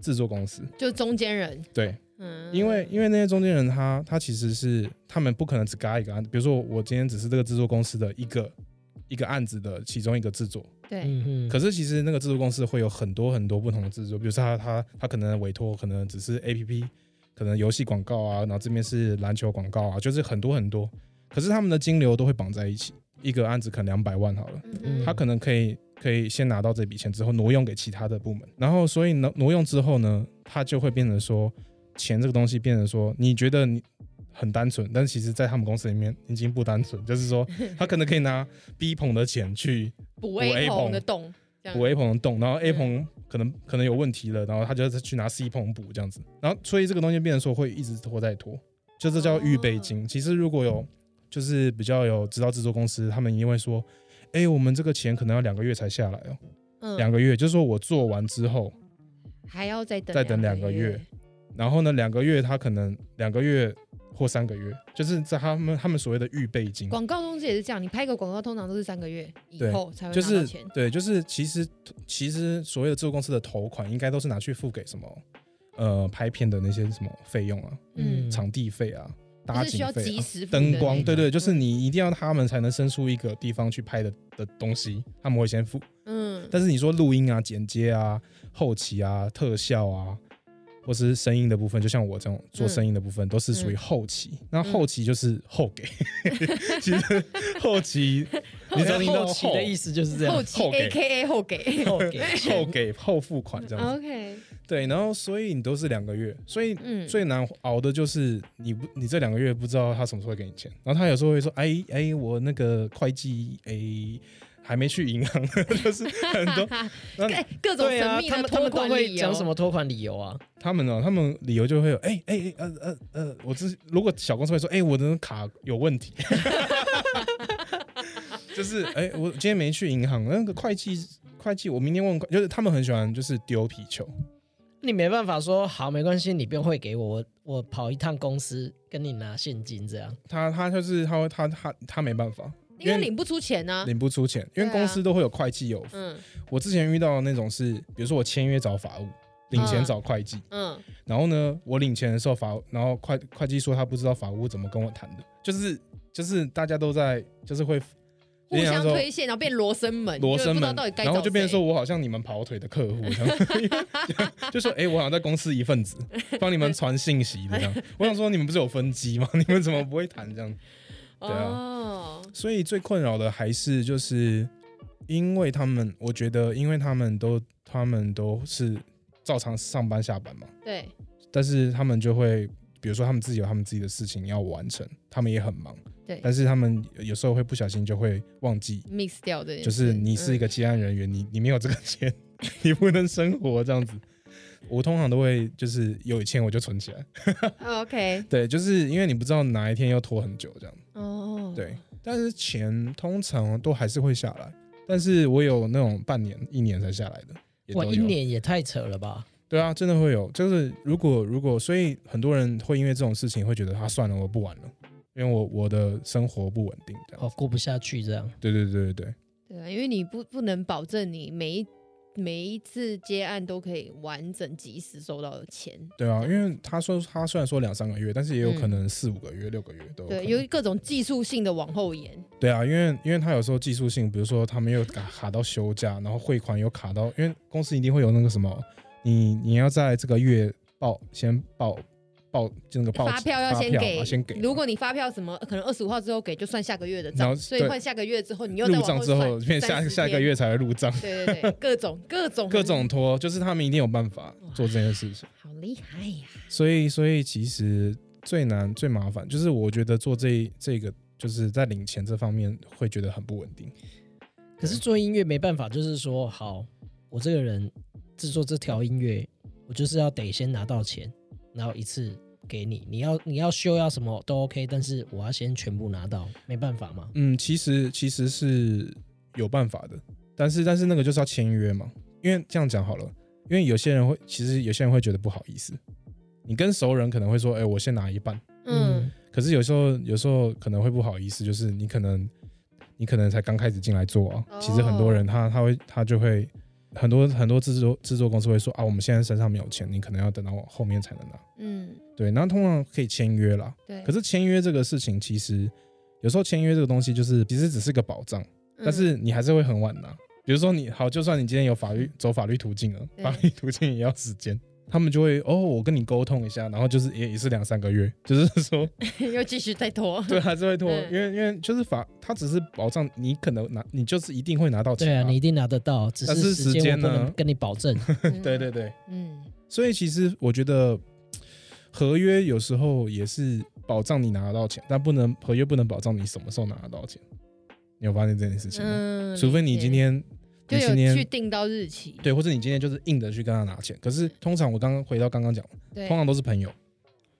Speaker 3: 制作公司，
Speaker 2: 就是中间人，
Speaker 3: 对，
Speaker 2: 嗯，
Speaker 3: 因为因为那些中间人他他其实是他们不可能只嘎一个案子，比如说我今天只是这个制作公司的一个一个案子的其中一个制作，
Speaker 2: 对，
Speaker 1: 嗯嗯，
Speaker 3: 可是其实那个制作公司会有很多很多不同的制作，比如说他他他可能委托可能只是 A P P，可能游戏广告啊，然后这边是篮球广告啊，就是很多很多。可是他们的金流都会绑在一起，一个案子可能两百万好了，
Speaker 2: 嗯
Speaker 3: 他
Speaker 2: 哼
Speaker 3: 可能可以可以先拿到这笔钱之后挪用给其他的部门，然后所以挪挪用之后呢，他就会变成说钱这个东西变成说你觉得你。很单纯，但是其实，在他们公司里面已经不单纯，就是说，他可能可以拿 B 捧的钱去
Speaker 2: 补
Speaker 3: 补
Speaker 2: A
Speaker 3: A
Speaker 2: 红
Speaker 3: 棚
Speaker 2: 的洞，这样
Speaker 3: 补 A 棚洞，然后 A
Speaker 2: 嗯
Speaker 3: 棚可能可能有问题了，然后他就要再去拿 C 棚补这样子，然后所以这个东西变成说会一直拖再拖，就这叫预备金。其实如果有就是比较有知道制作公司，他们一定会说，哎、我们这个钱可能要两个月才下来哦，
Speaker 2: 嗯
Speaker 3: 两个月，就是说我做完之后，
Speaker 2: 还要再等
Speaker 3: 再等两个
Speaker 2: 月
Speaker 3: 月，然后呢两个月他可能两个月或三个月，就是在他们他们所谓的预备金。
Speaker 2: 广告公司也是这样，你拍一个广告通常都是三个月以
Speaker 3: 嗯对
Speaker 2: 后才会
Speaker 3: 就
Speaker 2: 拿到
Speaker 3: 是
Speaker 2: 钱。
Speaker 3: 对，就是其实其实所谓的制作公司的头款，应该都是拿去付给什么呃拍片的那些什么费用啊，
Speaker 2: 嗯
Speaker 3: 场地费啊，搭
Speaker 2: 就是需
Speaker 3: 景
Speaker 2: 要
Speaker 3: 费
Speaker 2: 及
Speaker 3: 啊。
Speaker 2: 时付的
Speaker 3: 灯
Speaker 2: 那
Speaker 3: 光，
Speaker 2: 种
Speaker 3: 对对，就是你一定要他们才能生出一个地方去拍的的东西，他们会先付。
Speaker 2: 嗯，
Speaker 3: 但是你说录音啊、剪接啊、后期啊、特效啊，或是声音的部分，就像我这种做声音的部分，都是 *laughs* 属于后期。那后期就是后给，其实后期你只要听到
Speaker 1: 后期的意思就是这样
Speaker 2: 后，期
Speaker 3: 啊后给
Speaker 2: A K A 后给。
Speaker 1: 后给
Speaker 3: *laughs* 后给后付款这
Speaker 1: 哦
Speaker 3: 样子。
Speaker 2: OK，
Speaker 3: 对，然后所以你都是两个月，所以
Speaker 2: 嗯
Speaker 3: 最难熬的就是你不，你这两个月不知道他什么时候会给你钱，然后他有时候会说，哎哎，我那个会计哎还没去银行， *laughs* 就是很多那
Speaker 2: 哎，各种
Speaker 1: 对
Speaker 2: 神
Speaker 1: 啊，
Speaker 2: 秘
Speaker 1: 他
Speaker 2: 的
Speaker 1: 们他
Speaker 2: 托
Speaker 1: 们都
Speaker 2: 管
Speaker 1: 会
Speaker 2: 理哦由
Speaker 1: 讲什么托款理由啊？
Speaker 3: 他们呢、他们理由就会有，哎哎哎呃呃呃，我之如果小公司会说，哎，我的卡有问题， *laughs* 就是哎，我今天没去银行，那个会计会计，我明天问会，就是他们很喜欢就是丢皮球，
Speaker 1: 你没办法说好，没关系，你不用汇给我，我我跑一趟公司跟你拿现金这样。
Speaker 3: 他他就是他会他他他没办法，
Speaker 2: 因为领不出钱呢。
Speaker 3: 领不出钱，因
Speaker 2: 对
Speaker 3: 为
Speaker 2: 啊
Speaker 3: 公司都会有会计有。
Speaker 2: 嗯
Speaker 3: 我之前遇到的那种是，比如说我签约找法务，领
Speaker 2: 啊
Speaker 3: 钱找会计，
Speaker 2: 嗯，
Speaker 3: 然后呢，我领钱的时候法，然后会会计说他不知道法务怎么跟我谈的，就是就是大家都在就是会
Speaker 2: 互
Speaker 3: 有点像
Speaker 2: 相
Speaker 3: 说
Speaker 2: 推卸，然后变罗生门，
Speaker 3: 罗生
Speaker 2: 就不知道
Speaker 3: 门
Speaker 2: 到底，该
Speaker 3: 然后
Speaker 2: 找
Speaker 3: 就变成
Speaker 2: 谁
Speaker 3: 说我好像你们跑腿的客户，这样就说哎、诶我好像在公司一份子，帮你们传信息的这样。我想说你们不是有分机吗？你们怎么不会谈这样？对啊
Speaker 2: 哦，
Speaker 3: 所以最困扰的还是就是，因为他们，我觉得，因为他们都他们都是照常上班下班嘛，
Speaker 2: 对，
Speaker 3: 但是他们就会，比如说他们自己有他们自己的事情要完成，他们也很忙，
Speaker 2: 对
Speaker 3: 但是他们有时候会不小心就会忘记，
Speaker 2: mix 掉的，
Speaker 3: 就是你是一个接案人员，你你没有这个钱，你不能生活这样子。我通常都会就是有钱我就存起来， *laughs*
Speaker 2: 嗯 OK
Speaker 3: 对，就是因为你不知道哪一天要拖很久这样。
Speaker 2: 哦，
Speaker 3: 对，但是钱通常都还是会下来，但是我有那种半年、一年才下来的，也
Speaker 1: 哇，
Speaker 3: 都
Speaker 1: 一
Speaker 3: 有。
Speaker 1: 年也太扯了吧！
Speaker 3: 对啊，真的会有。就是如果如果，所以很多人会因为这种事情会觉得，啊，算了，我不玩了，因为我我的生活不稳定这样。
Speaker 1: 哦，过不下去这
Speaker 2: 嗯
Speaker 1: 样。
Speaker 3: 对对对对对，
Speaker 2: 对啊，因为你不不能保证你每一每一次接案都可以完整及时收到钱，
Speaker 3: 对啊，因为他说他虽然说两三个月，但是也有可
Speaker 2: 嗯
Speaker 3: 能四五个月、六个月都有可
Speaker 2: 对，
Speaker 3: 能。
Speaker 2: 由于各种技术性的往后延，
Speaker 3: 对啊，因为因为他有时候技术性，比如说他们又卡卡到休假，然后汇款又卡到，因为公司一定会有那个什么，你你要在这个月报先报报就那个报
Speaker 2: 发票要
Speaker 3: 发
Speaker 2: 先
Speaker 3: 票
Speaker 2: 给，
Speaker 3: 啊先给嘛，
Speaker 2: 如果你发票什么可能二十五号之后给，就算下个月的
Speaker 3: 然后
Speaker 2: 账，所以
Speaker 3: 对
Speaker 2: 换下个月之后，你又再
Speaker 3: 入
Speaker 2: 往
Speaker 3: 账
Speaker 2: 后
Speaker 3: 之后
Speaker 2: 算
Speaker 3: 变下
Speaker 2: 30
Speaker 3: 下个
Speaker 2: 天，
Speaker 3: 月才会入账，
Speaker 2: 对对对，各种各种
Speaker 3: *laughs* 各种拖，就是他们一定有办法做这件事情。
Speaker 2: 好厉害呀、
Speaker 3: 所以所以其实最难最麻烦就是我觉得做这这个就是在领钱这方面会觉得很不稳定。
Speaker 1: 可是做音乐没办法，就是说，好，我这个人制作这条音乐，我就是要得先拿到钱，然后一次给你，你要你要修要什么都 OK，但是我要先全部拿到，没办法嘛。
Speaker 3: 嗯，其实其实是有办法的，但是但是那个就是要签约嘛，因为这样讲好了，因为有些人会，其实有些人会觉得不好意思，你跟熟人可能会说，哎、我先拿一半，
Speaker 2: 嗯，
Speaker 3: 可是有时候有时候可能会不好意思，就是你可能你可能才刚开始进来做啊，其实很多人他他会他就会很多很多制作制作公司会说啊，我们现在身上没有钱，你可能要等到后面才能拿，
Speaker 2: 嗯，
Speaker 3: 对，那通常可以签约啦，
Speaker 2: 对。
Speaker 3: 可是签约这个事情，其实有时候签约这个东西，就是其实只是个保障，但是你还是会很晚拿。比如说你好，就算你今天有法律走法律途径了，
Speaker 2: 对
Speaker 3: 法律途径也要时间，他们就会哦，我跟你沟通一下，然后就是也也是两三个月，就是说
Speaker 2: 嗯又继续再拖， *laughs*
Speaker 3: 对，还是会拖，
Speaker 2: 嗯
Speaker 3: 因为因为就是法，它只是保障你可能拿，你就是一定会拿到钱、
Speaker 1: 对啊，你一定拿得到，只
Speaker 3: 但
Speaker 1: 是
Speaker 3: 是
Speaker 1: 时
Speaker 3: 时
Speaker 1: 间
Speaker 3: 间
Speaker 1: 我
Speaker 3: 呢
Speaker 1: 不能跟你保证。
Speaker 2: 嗯
Speaker 3: *laughs* 对对，对，
Speaker 2: 嗯，
Speaker 3: 所以其实我觉得合约有时候也是保障你拿得到钱，但不能合约不能保障你什么时候拿得到钱。你有发现这件事情吗？
Speaker 2: 嗯
Speaker 3: 除非你
Speaker 2: 理解
Speaker 3: 今天，
Speaker 2: 就
Speaker 3: 你今
Speaker 2: 有去
Speaker 3: 天
Speaker 2: 定到日期，
Speaker 3: 对，或者你今天就是硬着去跟他拿钱。可是通常我刚刚回到刚刚讲，
Speaker 2: 对，
Speaker 3: 通常都是朋友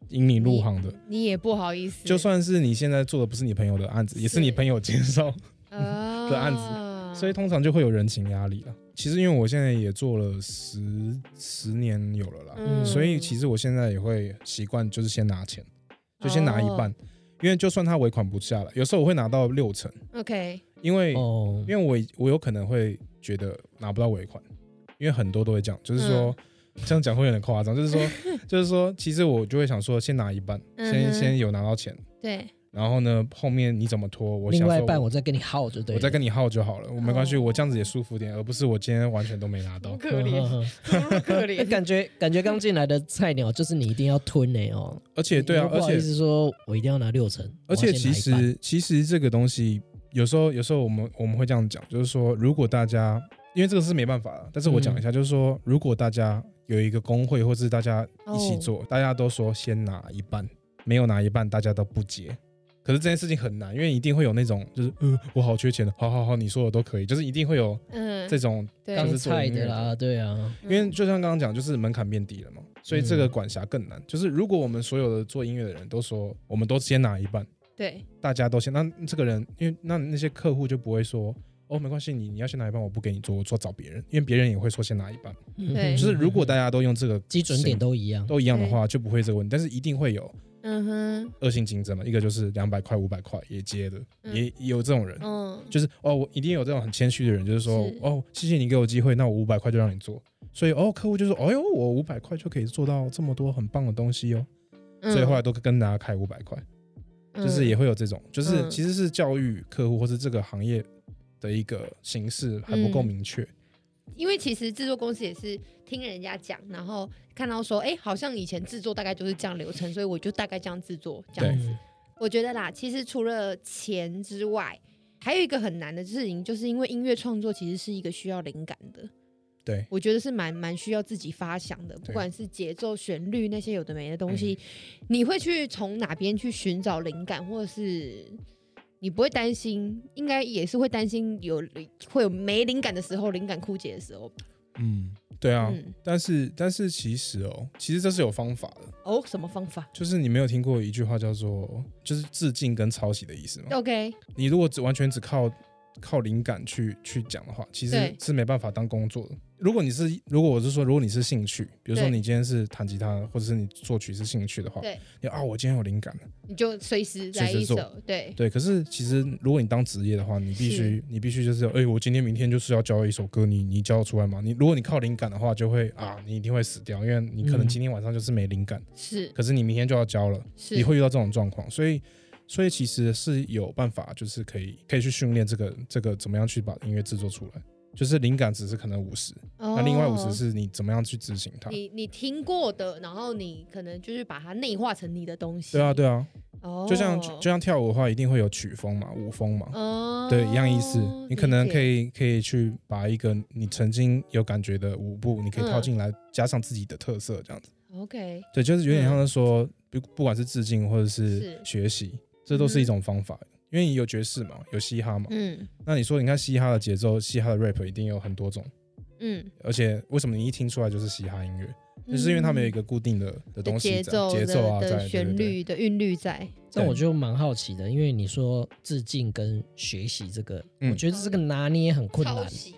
Speaker 3: 引你入行的。
Speaker 2: 你也不好意思，
Speaker 3: 就算是你现在做的不是你朋友的案子，也是你
Speaker 2: 是
Speaker 3: 朋友介绍，
Speaker 2: 的
Speaker 3: 案子
Speaker 2: 哦
Speaker 1: 嗯
Speaker 3: 所以通常就会有人情压力了。其实因为我现在也做了十十年有了啦，
Speaker 1: 嗯
Speaker 3: 所以其实我现在也会习惯，就是先拿钱，就先拿一
Speaker 1: 哦
Speaker 3: 半，因为就算他尾款不下来，有时候我会拿到六成，
Speaker 2: OK，
Speaker 3: 因为、
Speaker 1: 哦，
Speaker 3: 因为我我有可能会觉得拿不到尾款，因为很多都会这样，就是说。
Speaker 1: 嗯
Speaker 3: *laughs* 这样讲会有点夸张，就
Speaker 1: *laughs*
Speaker 3: 是说，就是说，其实我就会想说，先拿一半，
Speaker 2: 嗯
Speaker 3: 先
Speaker 2: 哼
Speaker 3: 先有拿到钱，
Speaker 2: 对，
Speaker 3: 然后呢，后面你怎么拖，我想
Speaker 1: 另外一
Speaker 3: 说
Speaker 1: 半我再跟你耗着，对了，
Speaker 3: 我再跟你耗就好了，我没关系，
Speaker 2: 哦
Speaker 3: 我这样子也舒服点，而不是我今天完全都没拿到。 *laughs*
Speaker 2: 可
Speaker 1: 嗯
Speaker 2: 怜，
Speaker 1: *laughs* 嗯嗯
Speaker 2: 可 *laughs*
Speaker 1: 那感觉感觉刚进来的菜鸟就是你一定要吞呢、哦，
Speaker 3: 而且对
Speaker 1: 你
Speaker 3: 啊
Speaker 1: 又，不
Speaker 3: 而
Speaker 1: 好意
Speaker 3: 且
Speaker 1: 思说我一定要拿六成，
Speaker 3: 而且
Speaker 1: 我要先
Speaker 3: 其
Speaker 1: 拿一半
Speaker 3: 实其实这个东西有时候有时候我们我们会这样讲，就是说如果大家因为这个是没办法的，但是我讲一下，就是说如果大家有一个工会或是大家一起做，大家都说先拿一半，没有拿一半大家都不结。可是这件事情很难，因为一定会有那种就是嗯，我好缺钱的，好好好，你说的都可以，就是一定会有
Speaker 2: 嗯，
Speaker 3: 这种
Speaker 2: 对，嗯
Speaker 3: 当
Speaker 1: 当
Speaker 3: 时做
Speaker 1: 菜
Speaker 3: 音乐
Speaker 1: 的啦，对啊，
Speaker 3: 因为就像刚刚讲，就是门槛变低了嘛，所以这个管辖更难。就是如果我们所有的做音乐的人都说，我们都先拿一半，
Speaker 2: 对，
Speaker 3: 大家都先，那这个人，因为那那些客户就不会说，哦，没关系，你你要先拿一半，我不给你做，我做找别人，因为别人也会说先拿一半。
Speaker 2: 对
Speaker 1: 嗯
Speaker 3: 就是如果大家都用这个
Speaker 1: 基准点
Speaker 3: 都
Speaker 1: 都一样，
Speaker 3: 都一样的话，就不会这个问题，但是一定会有
Speaker 2: 嗯
Speaker 3: 恶性竞争嘛，一个就是两百块、五百块也接的，
Speaker 2: 嗯
Speaker 3: 也也有这种人
Speaker 2: 哼，。嗯，
Speaker 3: 就是哦，我一定有这种很谦虚的人，就是说
Speaker 2: 是
Speaker 3: 哦，谢谢你给我机会，那我五百块就让你做。所以哦，客户就说，哦呦，我五百块就可以做到这么多很棒的东西哦。
Speaker 2: 嗯
Speaker 3: 所以后来都跟大家开五百块，就是也会有这种，就是
Speaker 2: 嗯
Speaker 3: 其实是教育客户或是这个行业的一个形式还不够
Speaker 2: 嗯
Speaker 3: 明确。
Speaker 2: 因为其实制作公司也是听人家讲，然后看到说，哎、好像以前制作大概就是这样流程，所以我就大概这样制作这
Speaker 1: 嗯
Speaker 2: 样
Speaker 3: 对
Speaker 2: 子。我觉得啦，其实除了钱之外，还有一个很难的事情，就是因为音乐创作其实是一个需要灵感的，
Speaker 3: 对，
Speaker 2: 我觉得是蛮蛮需要自己发想的，不管是节奏、旋律那些有的没的东西，
Speaker 3: 嗯
Speaker 2: 你会去从哪边去寻找灵感，或者是你不会担心，应该也是会担心有会有没灵感的时候，灵感枯竭的时候吧。
Speaker 3: 嗯，对啊。
Speaker 2: 嗯，
Speaker 3: 但是但是其实哦，其实这是有方法的，
Speaker 2: 哦，什么方法
Speaker 3: 就是你没有听过一句话叫做就是致敬跟抄袭的意思吗？
Speaker 2: ？OK，
Speaker 3: 你如果只完全只靠靠灵感去去讲的话，其实
Speaker 2: 对
Speaker 3: 是没办法当工作的。如果你是，如果我是说，如果你是兴趣，比如说
Speaker 2: 对
Speaker 3: 你今天是弹吉他，或者是你作曲是兴趣的话，
Speaker 2: 对，
Speaker 3: 你啊，我今天有灵感了，
Speaker 2: 你就随时来一
Speaker 3: 随时
Speaker 2: 首，对，
Speaker 3: 对。可是其实如果你当职业的话，你必须你必须就是，哎、我今天明天就是要教一首歌，你你教得出来吗？你如果你靠灵感的话，就会啊，你一定会死掉，因为你可能
Speaker 1: 嗯
Speaker 3: 今天晚上就是没灵感，
Speaker 2: 是
Speaker 3: 可是你明天就要教了。
Speaker 2: 是，
Speaker 3: 你会遇到这种状况，所以所以其实是有办法，就是可以可以去训练这个这个怎么样去把音乐制作出来，就是灵感只是可能五十、
Speaker 2: 那
Speaker 3: 那另外五十是你怎么样去执行它。
Speaker 2: 哦你你听过的，然后你可能就是把它内化成你的东西。
Speaker 3: 对啊，，对啊，
Speaker 2: 哦，
Speaker 3: 就像、就像跳舞的话，一定会有曲风嘛，舞风嘛，
Speaker 2: 哦，
Speaker 3: 对，一样意思。你可能可
Speaker 2: 以
Speaker 3: 以可以去把一个你曾经有感觉的舞步，你可以
Speaker 2: 嗯
Speaker 3: 套进来，加上自己的特色，这样子。
Speaker 2: OK，
Speaker 3: 对，就是有点像是说，不不管是致敬或者是
Speaker 2: 嗯是
Speaker 3: 学习，这都是一种方法。因为你有爵士嘛，有嘻哈嘛，
Speaker 2: 嗯
Speaker 3: 那你说，你看嘻哈的节奏，嘻哈的 rap 一定有很多种，
Speaker 2: 嗯，
Speaker 3: 而且为什么你一听出来就是嘻哈音乐？就是因为他们有一个固定的的
Speaker 2: 的
Speaker 3: 东
Speaker 2: 嗯
Speaker 3: 西
Speaker 2: 节
Speaker 3: 在
Speaker 2: 奏
Speaker 3: 节
Speaker 2: 的
Speaker 3: 奏啊，在
Speaker 2: 的
Speaker 3: 对
Speaker 2: 旋
Speaker 3: 对对
Speaker 2: 律的韵律在，
Speaker 1: 但我就蛮好奇的，因为你说致敬跟学习这个，
Speaker 3: 嗯
Speaker 1: 我觉得这个拿捏很困
Speaker 2: 抄
Speaker 1: 难。
Speaker 2: 袭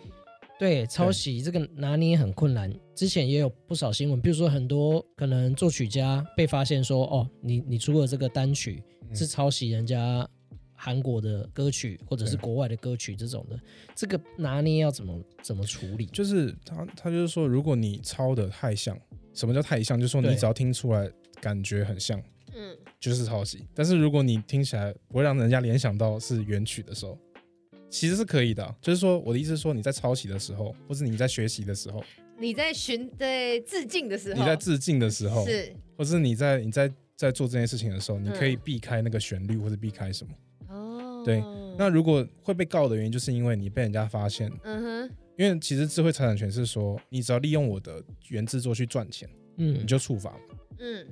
Speaker 1: 对，抄袭这个拿捏很困难。之前也有不少新闻，比如说很多可能作曲家被发现说，哦，你你出的这个单曲
Speaker 3: 嗯
Speaker 1: 是抄袭人家韩国的歌曲或者是
Speaker 3: 对
Speaker 1: 国外的歌曲这种的，这个拿捏要怎么怎么处理？
Speaker 3: 就是他他就是说，如果你抄的太像，什么叫太像？就是说你
Speaker 1: 对
Speaker 3: 只要听出来感觉很像，
Speaker 2: 嗯，
Speaker 3: 就是抄袭。但是如果你听起来不会让人家联想到是原曲的时候，其实是可以的啊、就是说我的意思是说，你在抄袭的时候，或是你在学习的时候，
Speaker 2: 你在寻对致敬的时候，
Speaker 3: 你在致敬的时候，
Speaker 2: 是
Speaker 3: 或是你在你在在做这件事情的时候，你可以
Speaker 2: 嗯
Speaker 3: 避开那个旋律或者避开什么。
Speaker 2: 哦，
Speaker 3: 对那如果会被告的原因，就是因为你被人家发现，
Speaker 2: 嗯哼，
Speaker 3: 因为其实智慧财产权是说，你只要利用我的原制作去赚钱，
Speaker 1: 嗯
Speaker 3: 你，就触法嘛。
Speaker 2: 嗯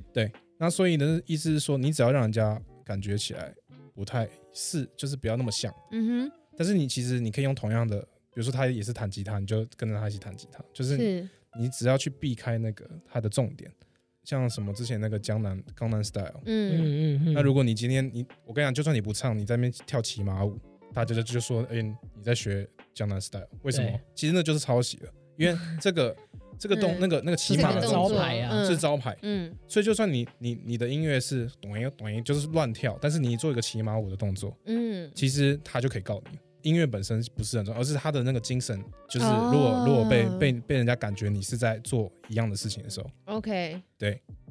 Speaker 3: 那所以呢，意思是说，你只要让人家感觉起来不太是，就是不要那么像。
Speaker 2: 嗯
Speaker 3: 但是你其实你可以用同样的，比如说他也是弹吉他，你就跟着他一起弹吉他，就
Speaker 2: 哼，
Speaker 3: 是
Speaker 2: 是
Speaker 3: 你只要去避开那个他的重点，像什么之前那个江南江南 style，
Speaker 2: 嗯
Speaker 1: 嗯嗯嗯。
Speaker 3: 那如果你今天你，我跟你讲，就算你不唱，你在那边跳骑马舞，大家就就说，哎、你在学江南 style，为什么
Speaker 1: 对？
Speaker 3: 其实那就是抄袭了，因为这个这个动、
Speaker 2: 嗯
Speaker 3: 那个那个骑
Speaker 1: 这
Speaker 3: 马
Speaker 1: 个
Speaker 3: 的
Speaker 1: 动
Speaker 3: 动
Speaker 1: 作
Speaker 3: 作
Speaker 1: 牌啊
Speaker 2: 嗯
Speaker 3: 是招牌，
Speaker 2: 嗯
Speaker 3: 所以就算你你你的音乐是咚一咚一，就是乱跳，但是你做一个骑马舞的动作，
Speaker 2: 嗯，
Speaker 3: 其实他就可以告你。音乐本身不是很重要，而是他的那个精神，就是
Speaker 2: 哦
Speaker 3: 如果、如果被被被人家感觉你是在做一样的事情的时候，
Speaker 2: OK，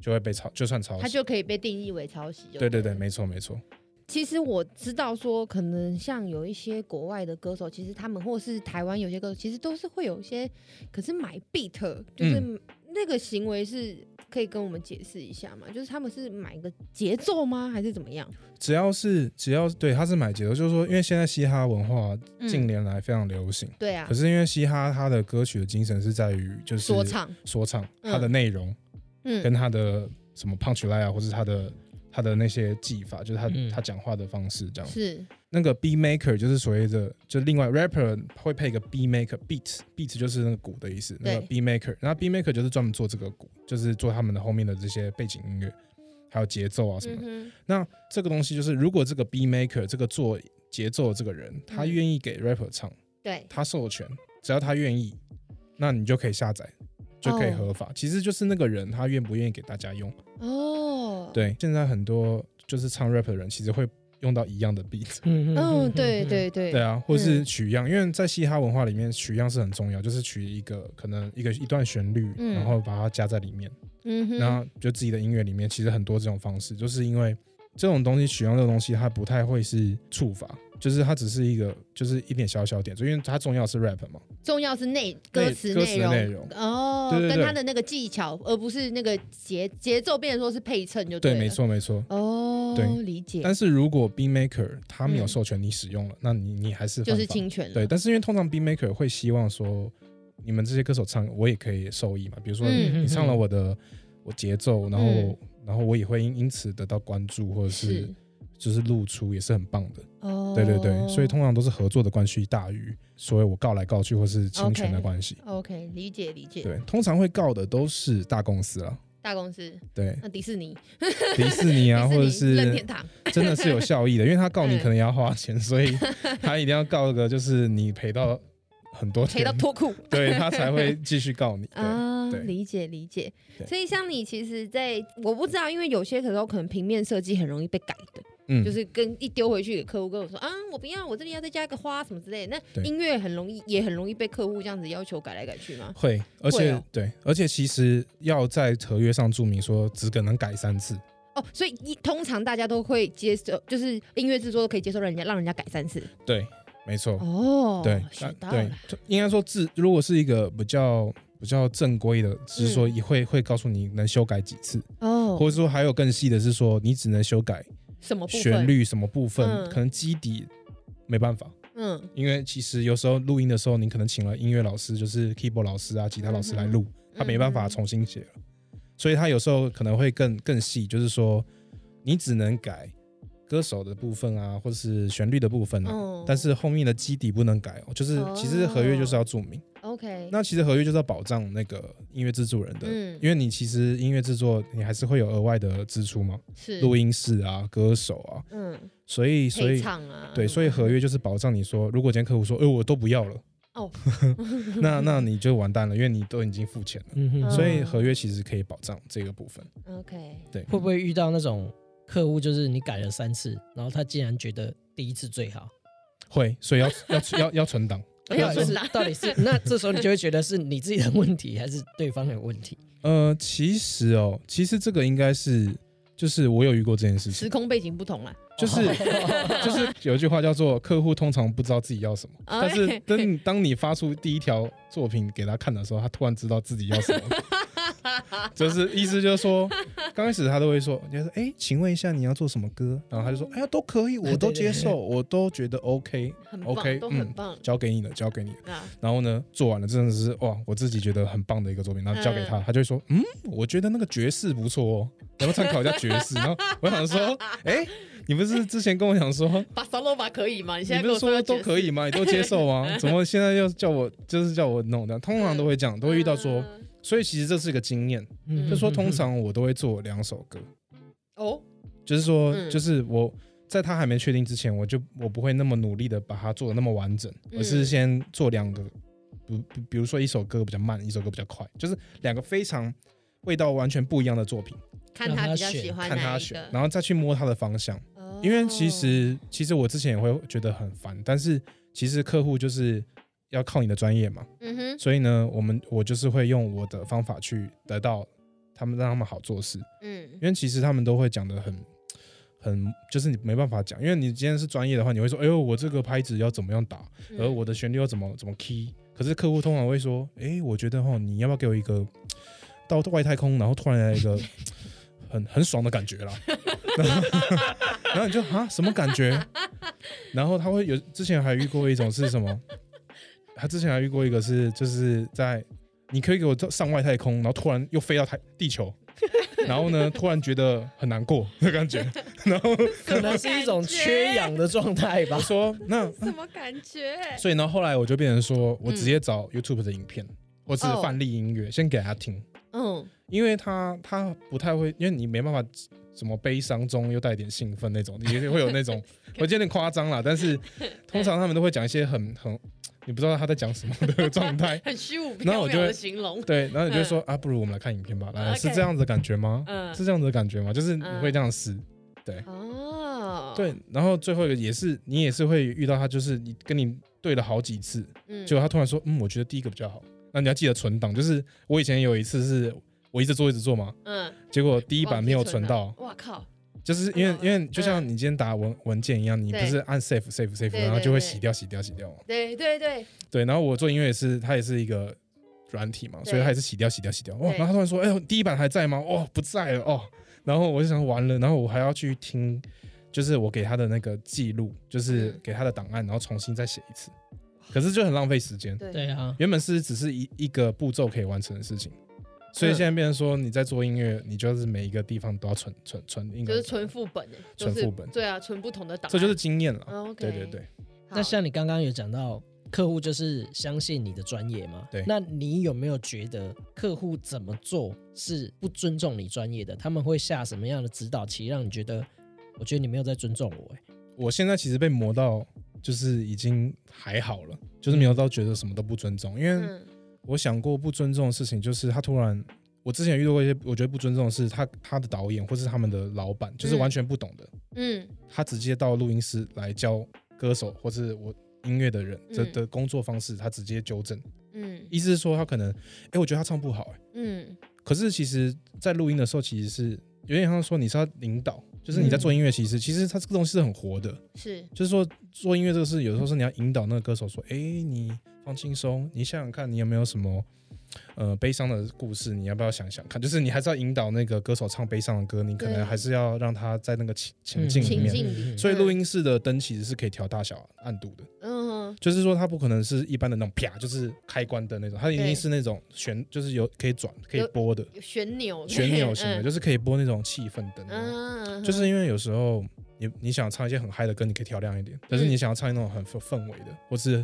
Speaker 3: 就会被抄，就算抄
Speaker 2: 它
Speaker 3: 袭。
Speaker 2: 就可以被定义为抄袭。
Speaker 3: 对对对，。没错没错。
Speaker 2: 其实我知道说，可能像有一些国外的歌手，其实他们或是台湾有些歌手，其实都是会有一些，可是买 beat 就是
Speaker 3: 嗯
Speaker 2: 那个行为是可以跟我们解释一下吗？就是他们是买个节奏吗，还是怎么样？
Speaker 3: 只要是只要对他是买节奏，就是说，因为现在嘻哈文化
Speaker 2: 嗯
Speaker 3: 近年来非常流行，
Speaker 2: 对啊
Speaker 3: 可，是因为嘻哈它的歌曲的精神是在于就是
Speaker 2: 说唱，
Speaker 3: 说唱，
Speaker 2: 嗯
Speaker 3: 它的内容
Speaker 2: 嗯
Speaker 3: 跟它的什么 punch line 啊，或是它的它的那些技法，就是他
Speaker 1: 嗯
Speaker 3: 他讲话的方式这样。
Speaker 2: 是，
Speaker 3: 那个 beat maker 就是所谓的，就另外 rapper 会配一个 beat maker beat beat 就是那个鼓的意思，那个 beat maker，然后 beat maker 就是专门做这个鼓，就是做他们的后面的这些背景音乐，还有节奏啊什么的。
Speaker 2: 嗯
Speaker 3: 那这个东西就是，如果这个 beat maker 这个做节奏的这个人，他
Speaker 2: 嗯
Speaker 3: 愿意给 rapper 唱，
Speaker 2: 哼，对，
Speaker 3: 他授权，只要他愿意，那你就可以下载，就可以
Speaker 2: 哦
Speaker 3: 合法。其实就是那个人他愿不愿意给大家用。
Speaker 2: 哦，，
Speaker 3: 对，现在很多就是唱 rap 的人，其实会用到一样的 beat。
Speaker 1: 嗯
Speaker 2: 嗯，对，对对
Speaker 3: 对啊，或
Speaker 2: 嗯
Speaker 3: 是取样，因为在嘻哈文化里面，取样是很重要，就是取一个可能一个一段旋律，
Speaker 2: 嗯
Speaker 3: 然后把它加在里面，
Speaker 2: 嗯哼，
Speaker 3: 然后就自己的音乐里面，其实很多这种方式，就是因为这种东西取样这个东西，它不太会是触发，就是它只是一个就是一点小小点，所以因为它重要的是 rap 嘛，
Speaker 2: 重要是内歌词
Speaker 3: 歌词的内
Speaker 2: 容
Speaker 3: 容
Speaker 2: 哦，
Speaker 3: 对对对
Speaker 2: 跟他的那个技巧，而不是那个节节奏，变成说是配衬就
Speaker 3: 对，
Speaker 2: 了
Speaker 3: 没。错没错。
Speaker 2: 哦，
Speaker 3: 对
Speaker 2: 理解，
Speaker 3: 但是如果 B maker 他没有
Speaker 2: 嗯
Speaker 3: 授权你使用了，那你你还是
Speaker 2: 就是
Speaker 3: 犯法
Speaker 2: 侵权了。
Speaker 3: 对，但是因为通常 B maker 会希望说，你们这些歌手唱，我也可以受益嘛。比如说
Speaker 2: 嗯
Speaker 3: 你唱了我的我节奏，然后、
Speaker 2: 嗯
Speaker 3: 然后我也会因因此得到关注，或者是
Speaker 2: 是
Speaker 3: 就是露出，也是很棒的。
Speaker 2: 哦，
Speaker 3: 对对对，所以通常都是合作的关系大于所谓我告来告去或是侵权
Speaker 2: OK
Speaker 3: 的关系。
Speaker 2: OK 理解理解。
Speaker 3: 对，通常会告的都是大公司啊，
Speaker 2: 大公司， *laughs*
Speaker 3: 对
Speaker 2: 那迪士尼，
Speaker 3: 迪士尼啊，
Speaker 2: 迪
Speaker 3: 或
Speaker 2: 士
Speaker 3: 者
Speaker 2: 尼任
Speaker 3: 是
Speaker 2: 天堂，
Speaker 3: 真的是有效益的，因为他告你
Speaker 2: 嗯
Speaker 3: 可能也要花钱，
Speaker 2: *laughs*
Speaker 3: 所以他一定要告个就是你赔到很多钱，
Speaker 2: 赔到脱裤。
Speaker 3: *laughs* 对他才会继续告你。
Speaker 2: *laughs*
Speaker 3: 对，
Speaker 2: 啊，
Speaker 3: 对
Speaker 2: 理解理解。
Speaker 3: 对
Speaker 2: 所以像你，其实在，我不知道，因为有些时候可能平面设计很容易被改的，
Speaker 3: 嗯，
Speaker 2: 就是跟一丢回去给客户跟我说啊，我不要，我这里要再加一个花什么之类的。那
Speaker 3: 对
Speaker 2: 音乐很容易，也很容易被客户这样子要求改来改去吗？
Speaker 3: 会，而
Speaker 2: 会
Speaker 3: 且、
Speaker 2: 哦
Speaker 3: 对，而且其实要在合约上注明说只可能改三次，
Speaker 2: 哦，所以一通常大家都会接受，就是音乐制作都可以接受，让人家让人家改三次。
Speaker 3: 对，没错，
Speaker 2: 哦，
Speaker 3: 对，
Speaker 2: 学
Speaker 3: 那
Speaker 2: 到
Speaker 3: 对
Speaker 2: 了。，
Speaker 3: 就应该说制如果是一个比较比较正规的，只是说也会、会告诉你能修改几次，或
Speaker 2: 嗯哦，
Speaker 3: 者说还有更细的是说你只能修改
Speaker 2: 什么部分？
Speaker 3: 旋，律什么部分，
Speaker 2: 嗯
Speaker 3: 可能基底没办法。
Speaker 2: 嗯，
Speaker 3: 因为其实有时候录音的时候，你可能请了音乐老师，就是 keyboard 老师啊、吉他老师来录，
Speaker 2: 嗯
Speaker 3: 他没办法重新写了，所以他有时候可能会更更细，就是说你只能改歌手的部分啊，或者是旋律的部分啊，
Speaker 2: 哦
Speaker 3: 但是后面的基底不能改哦。就是
Speaker 2: 哦
Speaker 3: 其实合约就是要注明，
Speaker 2: 嗯 OK，
Speaker 3: 那其实合约就是要保障那个音乐制作人的，
Speaker 2: 嗯
Speaker 3: 因为你其实音乐制作你还是会有额外的支出嘛，
Speaker 2: 是
Speaker 3: 录，音室啊、歌手啊，
Speaker 2: 嗯，
Speaker 3: 所以所
Speaker 2: 配
Speaker 3: 以。
Speaker 2: 唱啊，
Speaker 3: 对，所以合约就是保障你说，如果今天客户说，哎、我都不要了，
Speaker 2: 哦，
Speaker 3: *laughs* 那那你就完蛋了，因为你都已经付钱了。
Speaker 1: 嗯哼，
Speaker 2: 嗯
Speaker 3: 所以合约其实可以保障这个部分。
Speaker 2: OK，
Speaker 1: 会不会遇到那种客户，就是你改了三次，然后他竟然觉得第一次最好？
Speaker 3: 会，所以要要要要
Speaker 2: *laughs*
Speaker 3: 存档。
Speaker 2: 没有
Speaker 1: 到底是
Speaker 2: 啦
Speaker 1: 到底是那这时候你就会觉得是你自己的问题，还是对方有问题？
Speaker 3: 呃，其实哦，其实这个应该是，就是我有遇过这件事
Speaker 2: 时
Speaker 3: 情，
Speaker 2: 空背景不同啦，
Speaker 3: 就是
Speaker 2: *laughs*
Speaker 3: 就是有一句话叫做“客户通常不知道自己要什么”，
Speaker 2: 哎
Speaker 3: *laughs* *laughs* 但是当你当你发出第一条作品给他看的时候，他突然知道自己要什么。就是意思就是说，刚开始他都会说，就是哎、请问一下你要做什么歌？然后他就说，哎呀都可以，我都接受，我都觉得 OK，
Speaker 2: 很棒
Speaker 3: OK，
Speaker 2: 都
Speaker 3: 嗯
Speaker 2: 很棒
Speaker 3: 交给你了，交给你了。
Speaker 2: 啊，
Speaker 3: 然后呢，做完了真的是哇，我自己觉得很棒的一个作品，然后交给他，
Speaker 2: 嗯
Speaker 3: 他就会说，嗯，我觉得那个爵士不错哦，然后参考一下爵士。然后我想说，哎，你不是之前跟我讲说，
Speaker 2: 把萨洛巴可以吗？你现
Speaker 3: 你
Speaker 2: 在
Speaker 3: 不
Speaker 2: 跟
Speaker 3: 是
Speaker 2: 我
Speaker 3: 说
Speaker 2: 要
Speaker 3: 都
Speaker 2: 爵
Speaker 3: 可
Speaker 2: 士
Speaker 3: 以吗？你都接受
Speaker 2: *laughs*
Speaker 3: 吗？怎么现在又叫我就是叫我弄的？通常都会这样，都会遇到说，
Speaker 2: 嗯
Speaker 3: 所以其实这是一个经验，
Speaker 1: 嗯
Speaker 3: 就说通常我都会做两首歌，
Speaker 2: 哦，
Speaker 3: 就是说
Speaker 2: 嗯
Speaker 3: 就是我。在他还没确定之前，我就我不会那么努力的把它做的那么完整，
Speaker 2: 嗯
Speaker 3: 而是先做两个，比比比如说一首歌比较慢，一首歌比较快，就是两个非常味道完全不一样的作品，
Speaker 2: 看
Speaker 1: 让
Speaker 2: 他
Speaker 1: 他
Speaker 2: 比较
Speaker 1: 选
Speaker 2: 喜欢
Speaker 3: 看
Speaker 2: 哪
Speaker 3: 他
Speaker 2: 一
Speaker 3: 选
Speaker 2: 个，，
Speaker 3: 然后再去摸他的方向。
Speaker 2: 哦
Speaker 3: 因为其实其实我之前也会觉得很烦，但是其实客户就是要靠你的专业嘛，
Speaker 2: 嗯哼，
Speaker 3: 所以呢，我们我就是会用我的方法去得到他们，让他们好做事。
Speaker 2: 嗯
Speaker 3: 因，为其实他们都会讲的很很，就是你没办法讲，因为你今天是专业的话，你会说，哎呦，我这个拍子要怎么样打，
Speaker 2: 嗯
Speaker 3: 而我的旋律要怎么怎么 key。可是客户通常会说，哎，我觉得哈，你要不要给我一个到外太空，然后突然来一个很很爽的感觉啦。 *laughs* 然后然后你就啊什么感觉？ *laughs* 然后他会有之前还遇过一种是什么？ *laughs* 他之前还遇过一个是就是在你可以给我上外太空，然后突然又飞到太地球。 *laughs* 然后呢，突然觉得很难过的感觉。然后
Speaker 1: 可能是一种缺氧的状态吧
Speaker 3: 我。说，那
Speaker 4: 什么感觉？
Speaker 3: *laughs* 所以呢，后来我就变成说我直接找 YouTube 的影片，或是
Speaker 2: 嗯哦
Speaker 3: 范例音乐，先给他听，
Speaker 2: 嗯，
Speaker 3: 因为他他不太会，因为你没办法什么悲伤中又带点兴奋那种，你也会有
Speaker 2: *laughs*
Speaker 3: 那种，我觉得有点夸张啦，但是通常他们都会讲一些很很你不知道他在讲什么的
Speaker 2: *laughs*
Speaker 3: 状态，
Speaker 4: 很虚无
Speaker 3: 然
Speaker 4: 缥
Speaker 3: 后我
Speaker 4: 缈
Speaker 3: 就会
Speaker 4: 的形
Speaker 3: *laughs*
Speaker 4: 容。
Speaker 3: 对，然后你就
Speaker 2: 嗯
Speaker 3: 说啊，不如我们来看影片吧，来
Speaker 2: 哦
Speaker 4: OK
Speaker 3: 是这样子的感觉吗？
Speaker 4: 嗯
Speaker 3: 是这样子的感觉吗？就是你会这样试。
Speaker 2: 嗯哦，
Speaker 3: 对，然后最后一个也是你也是会遇到他，就是你跟你对了好几次，
Speaker 2: 嗯，
Speaker 3: 结果他突然说，嗯，我觉得第一个比较好。那你要记得存档，就是我以前有一次是我一直做一直做嘛，
Speaker 4: 嗯，
Speaker 3: 结果第一版没有
Speaker 2: 忘记存
Speaker 3: 存到，
Speaker 4: 哇靠，
Speaker 3: 就是因为
Speaker 4: 嗯
Speaker 3: 因为就像你今天打文文件一样，你不
Speaker 2: 对
Speaker 3: 是按 save save save，
Speaker 2: 对
Speaker 3: 然后就
Speaker 2: 对对
Speaker 3: 会洗掉洗掉洗掉嘛。
Speaker 2: 对对对，
Speaker 3: 对，然后我做音乐也是，它也是一个软体嘛，
Speaker 2: 对
Speaker 3: 所以它也是洗掉洗掉洗掉。哇，
Speaker 2: 对
Speaker 3: 然后他突然说，哎呦，第一版还在吗？哦，不在了哦。然后我就想完了，然后我还要去听，就是我给他的那个记录，就是
Speaker 2: 嗯
Speaker 3: 给他的档案，然后重新再写一次，可是就很浪费时间。
Speaker 2: 对
Speaker 1: 对啊，
Speaker 3: 原本是只是一一个步骤可以完成的事情，所以现在变成说你在做音乐，你就是每一个地方都要存存存一个，
Speaker 4: 就是纯副本
Speaker 2: 欸
Speaker 4: 哎，就
Speaker 3: 纯
Speaker 4: 是
Speaker 3: 副本
Speaker 4: 对啊，纯不同的档案，
Speaker 3: 这就是经验
Speaker 2: 哦嗯
Speaker 3: 了。
Speaker 4: OK，
Speaker 3: 对对对，
Speaker 1: 那像你刚刚有讲到，客户就是相信你的专业嘛？
Speaker 3: 对
Speaker 1: 那你有没有觉得客户怎么做是不尊重你专业的？他们会下什么样的指导棋，让你觉得，我觉得你没有在尊重我、欸？
Speaker 3: 我现在其实被磨到就是已经还好了，就是没有到觉得什么都不尊重，因为
Speaker 2: 嗯
Speaker 3: 我想过不尊重的事情，就是他突然。我之前遇到过一些我觉得不尊重的是他他的导演或是他们的老板，就是
Speaker 2: 嗯
Speaker 3: 完全不懂的，
Speaker 2: 嗯
Speaker 3: 他直接到录音师来教歌手或是我音乐的人这
Speaker 2: 嗯
Speaker 3: 的工作方式，他直接纠正。
Speaker 2: 嗯
Speaker 3: 意思是说他可能，哎、我觉得他唱不好、诶
Speaker 2: 嗯
Speaker 3: 可是其实，在录音的时候，其实是有点像说你是要领导，就是
Speaker 2: 嗯
Speaker 3: 你在做音乐，其实、其实它这个东西是很活的，
Speaker 2: 是
Speaker 3: 就是说做音乐这个事，有时候是你要引导那个歌手说，哎、你放轻松，你想想看，你有没有什么呃悲伤的故事，你要不要想想看？就是你还是要引导那个歌手唱悲伤的歌，你可
Speaker 2: 对
Speaker 3: 能还是要让他在那个情情境
Speaker 1: 嗯
Speaker 3: 里
Speaker 2: 情
Speaker 3: 面。
Speaker 2: 境
Speaker 1: 嗯
Speaker 2: 里，
Speaker 3: 所以录音室的灯其实是可以调大小暗度的，
Speaker 2: 嗯
Speaker 3: 就是说它不可能是一般的那种啪，就是开关灯那种，它一定是那种旋，就是有可以转、可以拨的
Speaker 4: 有旋钮，
Speaker 3: 旋钮型的，
Speaker 4: 嗯
Speaker 3: 就是可以拨那种气氛灯那种。
Speaker 2: 嗯，
Speaker 3: 就是因为有时候你你想唱一些很嗨的歌，你可以调亮一点；，但是你想要唱那种很氛氛围的，或是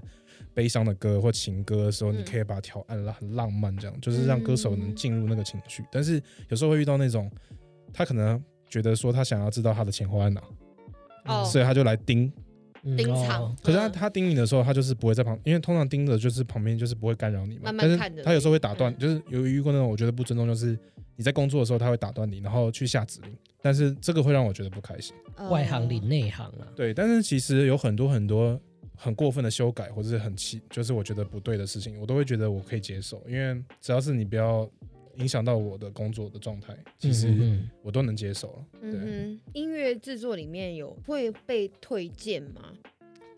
Speaker 3: 悲伤的歌或情歌的时候，
Speaker 2: 嗯
Speaker 3: 你可以把它调暗了，很浪漫这样，就是让歌手能
Speaker 2: 嗯
Speaker 3: 进入那个情绪。但是有时候会遇到那种，他可能觉得说他想要知道他的钱花在哪，
Speaker 4: 哦
Speaker 3: 所以他就来盯。
Speaker 1: 嗯
Speaker 4: 盯场
Speaker 1: 哦，
Speaker 3: 啊可是他
Speaker 4: 嗯
Speaker 3: 他盯你的时候，他就是不会在旁，因为通常盯着就是旁边就是不会干扰你嘛。
Speaker 4: 慢慢看
Speaker 3: 但
Speaker 4: 着
Speaker 3: 是他有时候会打断，
Speaker 4: 嗯
Speaker 3: 就是有遇过那种我觉得不尊重，就是你在工作的时候他会打断你，然后去下指令，但是这个会让我觉得不开心。
Speaker 2: 哦
Speaker 1: 哦外行领内行啊。
Speaker 3: 对，但是其实有很多很多很过分的修改或者是很奇，就是我觉得不对的事情，我都会觉得我可以接受，因为只要是你不要影响到我的工作的状态，其实
Speaker 1: 嗯
Speaker 3: 我都能接受了。
Speaker 2: 嗯哼，音乐制作里面有会被推荐吗？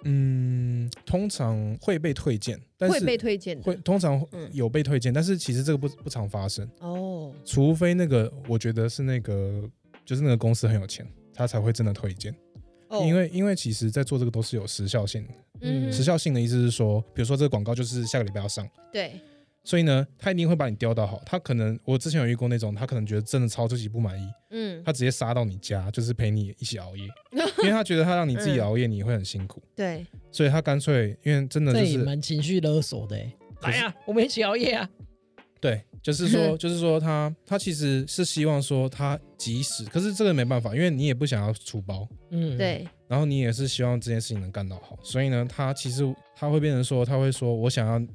Speaker 3: 嗯，通常会被推荐，但
Speaker 2: 会
Speaker 3: 是
Speaker 2: 被推荐的，
Speaker 3: 会通常
Speaker 2: 嗯
Speaker 3: 有被推荐，但是其实这个不不常发生，
Speaker 2: 哦，
Speaker 3: 除非那个我觉得是那个就是那个公司很有钱，他才会真的推荐。
Speaker 2: 哦
Speaker 3: 因为因为其实，在做这个都是有时效性的，
Speaker 2: 嗯
Speaker 3: 时效性的意思是说，比如说这个广告就是下个礼拜要上，
Speaker 2: 对，
Speaker 3: 所以呢，他一定会把你调到好。他可能我之前有遇过那种，他可能觉得真的超级不满意，
Speaker 2: 嗯
Speaker 3: 他直接杀到你家，就是陪你一起
Speaker 2: *laughs*
Speaker 3: 熬夜，因为他觉得他让你自
Speaker 2: 嗯
Speaker 3: 己熬夜，你会很辛苦，
Speaker 2: 对，
Speaker 3: 所以他干脆因为真的
Speaker 1: 这
Speaker 3: 就
Speaker 1: 也
Speaker 3: 是
Speaker 1: 蛮情绪勒索的、欸。来呀、我们一起熬夜啊！
Speaker 3: 对，就是说，就是说他他其实是希望说他及时，可是这个没办法，因为你也不想要出包，
Speaker 1: 嗯，，
Speaker 2: 对，
Speaker 3: 然后你也是希望这件事情能干到好，所以呢，他其实他会变成说，他会说我想要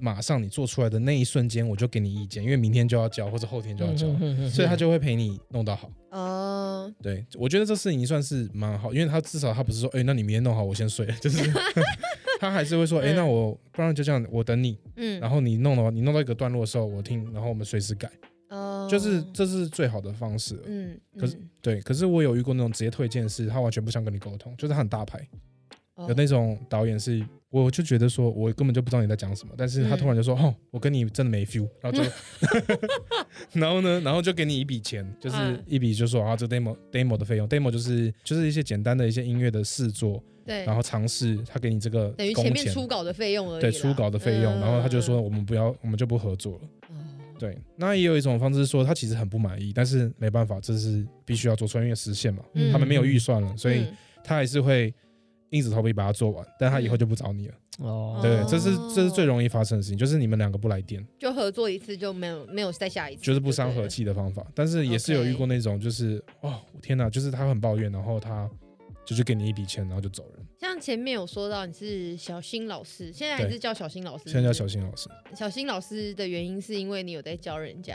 Speaker 3: 马上你做出来的那一瞬间，我就给你意见，因为明天就要交或者后天就要
Speaker 1: 嗯
Speaker 3: 交，所以他就会陪你弄到好。
Speaker 2: 哦，
Speaker 3: 对，我觉得这事情算是蛮好，因为他至少他不是说，哎、那你明天弄好，我先睡，就是他还是会说，哎、那我不然就这样，我等你，
Speaker 2: 嗯，
Speaker 3: 然后你弄了，你弄到一个段落的时候，我听，然后我们随时改。
Speaker 2: 哦，
Speaker 3: 就是这是最好的方式了。
Speaker 2: 嗯，
Speaker 3: 可是
Speaker 2: 嗯
Speaker 3: 对，可是我有遇过那种直接推荐是，他完全不想跟你沟通，就是他很大牌，
Speaker 5: 哦
Speaker 3: 有那种导演是，我就觉得说我根本就不知道你在讲什么，但是他
Speaker 5: 嗯
Speaker 3: 突然就说、哦，我跟你真的没 feel，然后
Speaker 2: *laughs*
Speaker 3: 就，*laughs* 然后呢，然后就给你一笔钱，就是
Speaker 2: 嗯
Speaker 3: 一笔就说啊，这 demo demo 的费用，demo 就是就是一些简单的一些音乐的试做，
Speaker 2: 对
Speaker 3: 然，后尝试他给你这个
Speaker 2: 等于前
Speaker 3: 工
Speaker 2: 面
Speaker 3: 钱，
Speaker 2: 初稿的费用而已啦。
Speaker 3: 对初稿的费用，
Speaker 2: 嗯
Speaker 3: 然后他就说，我们不要，我们就不合作了。
Speaker 2: 哦
Speaker 3: 对，那也有一种方式是说他其实很不满意，但是没办法，这是必须要做出来，因为实现嘛，
Speaker 2: 嗯
Speaker 3: 他们没有预算了，所以
Speaker 2: 嗯
Speaker 3: 他还是会硬着头皮把它做完，但他以后就不找你了。
Speaker 1: 哦，
Speaker 3: 对，
Speaker 2: 哦
Speaker 3: 这是这是最容易发生的事情，就是你们两个不来电，
Speaker 2: 就合作一次就没有没有再下一次，
Speaker 3: 就是不伤
Speaker 2: 对
Speaker 3: 和。气的方法。但是也是有遇过那种，就是哦天哪，就是他很抱怨，然后他就去给你一笔钱，然后就走人。
Speaker 2: 像前面有说到你是小新老师，现在还
Speaker 3: 对
Speaker 2: 是叫小新老师。
Speaker 3: 现在叫
Speaker 2: 是
Speaker 3: 小
Speaker 2: 不是
Speaker 3: 新老师
Speaker 2: 小新老师的原因是因为你有在教人家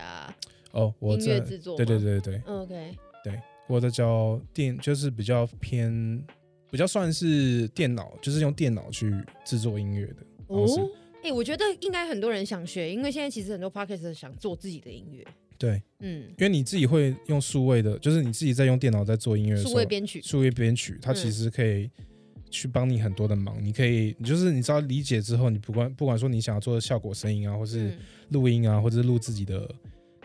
Speaker 3: 哦，我
Speaker 2: 音
Speaker 3: 在
Speaker 2: 乐制作吗。
Speaker 3: 对对对对，
Speaker 2: 嗯，OK，
Speaker 3: 我在教电，就是比较偏。比较算是电脑，就是用电脑去制作音乐的方式。
Speaker 2: 哦，哎、我觉得应该很多人想学，因为现在其实很多 p o d c a s t 想做自己的音乐，
Speaker 3: 对，
Speaker 2: 嗯，
Speaker 3: 因为你自己会用数位的，就是你自己在用电脑在做音乐的时
Speaker 2: 数
Speaker 3: 候，
Speaker 2: 位编曲，嗯
Speaker 3: 数位编曲，它其实可以去帮你很多的忙。你可以，你就是你只要理解之后，你不管不管说你想要做的效果、声音啊，或是
Speaker 2: 嗯，
Speaker 3: 录音啊，或者是录自己的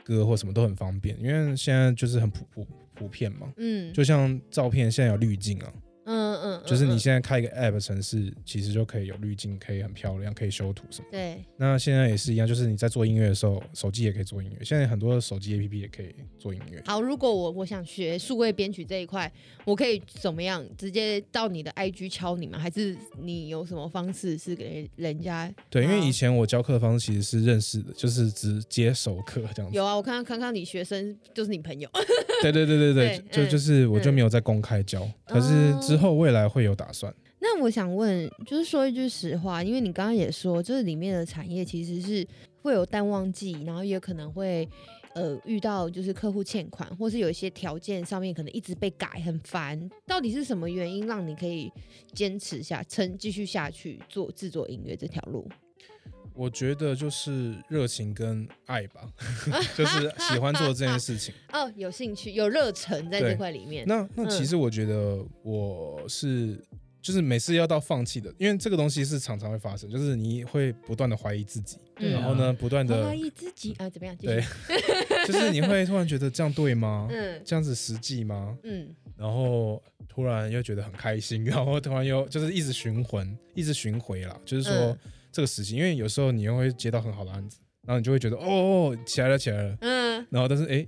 Speaker 3: 歌或什么都很方便，因为现在就是很普普普遍嘛。
Speaker 2: 嗯，
Speaker 3: 就像照片现在有滤镜啊，
Speaker 2: 嗯嗯，
Speaker 3: 就是你
Speaker 2: 嗯
Speaker 3: 现在开一个 App 城市，其实就可以有滤镜，可以很漂亮，可以修图什么。
Speaker 2: 对，
Speaker 3: 那现在也是一样，就是你在做音乐的时候，手机也可以做音乐，现在很多手机 APP 也可以做音乐。
Speaker 2: 好，如果我我想学数位编曲这一块，我可以怎么样？直接到你的 IG 敲你吗？还是你有什么方式是给人家？
Speaker 3: 对，因为
Speaker 2: 嗯
Speaker 3: 以前我教课的方式其实是认识的，就是只接手课这样子。
Speaker 2: 有啊，我看看看你学生就是你朋友，
Speaker 3: 对对对对对，
Speaker 2: 对
Speaker 3: 就
Speaker 2: 嗯
Speaker 3: 就是我就
Speaker 2: 嗯哦
Speaker 3: 没有再公开教，可是之后未来会有打算。
Speaker 5: 那我想问，就是说一句实话，因为你刚刚也说，就是里面的产业其实是会有淡旺季，然后也可能会呃遇到就是客户欠款，或是有一些条件上面可能一直被改，很烦。到底是什么原因让你可以坚持下撑继续下去做制作音乐这条路？
Speaker 3: 我觉得就是热情跟爱吧， *laughs* 就是喜欢做这件事情。
Speaker 2: 哦，有兴趣，有热忱在这
Speaker 3: 对
Speaker 2: 块里面，
Speaker 3: 那那其实我觉得我是。就是每次要到放弃的，因为这个东西是常常会发生，就是你会不断的怀疑自己，
Speaker 2: 嗯
Speaker 3: 然后呢，不断
Speaker 5: 怀
Speaker 3: 的，
Speaker 5: 疑自己，
Speaker 2: 啊，怎么样？继续
Speaker 3: 对， *laughs* 就是你会突然觉得这样对
Speaker 2: *laughs*
Speaker 3: 吗？
Speaker 2: 嗯
Speaker 3: 这样子实际吗？
Speaker 2: 嗯，
Speaker 3: 然后突然又觉得很开心，然后突然又就是一直循环，一直巡回啦，就是说
Speaker 2: 嗯
Speaker 3: 这个时期，因为有时候你又会接到很好的案子，然后你就会觉得哦哦起来了起来了，
Speaker 2: 嗯，
Speaker 3: 然后但是诶，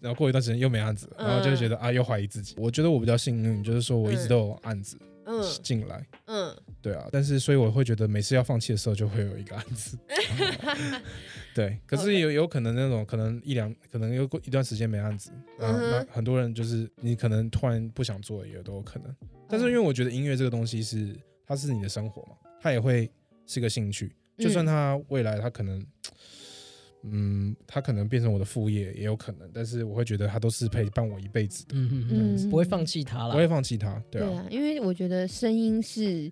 Speaker 3: 然后过一段时间又没案子了，
Speaker 2: 嗯
Speaker 3: 然后就会觉得啊又怀疑自己。我觉得我比较幸运，就是说我一直都有案子
Speaker 2: 嗯
Speaker 3: 进来，
Speaker 2: 嗯，
Speaker 3: 对啊，但是所以我会觉得每次要放弃的时候就会有一个案
Speaker 2: *laughs*
Speaker 3: 子，对。可是
Speaker 2: OK
Speaker 3: 有有可能那种可能一两可能又过一段时间没案子，啊，
Speaker 2: 嗯哼
Speaker 3: 那很多人就是你可能突然不想做也都有可能。但是因为我觉得音乐这个东西是它是你的生活嘛，它也会是个兴趣，
Speaker 5: 嗯
Speaker 3: 就
Speaker 2: 嗯
Speaker 3: 算它未来它可能。嗯，它可能变成我的副业也有可能，但是我会觉得它都是陪伴我一辈子的，
Speaker 1: 嗯嗯嗯，不会放弃他
Speaker 3: 不
Speaker 1: 啦。
Speaker 3: 会放弃它。对
Speaker 5: 对
Speaker 3: 啊，
Speaker 5: 啊，因为我觉得声音是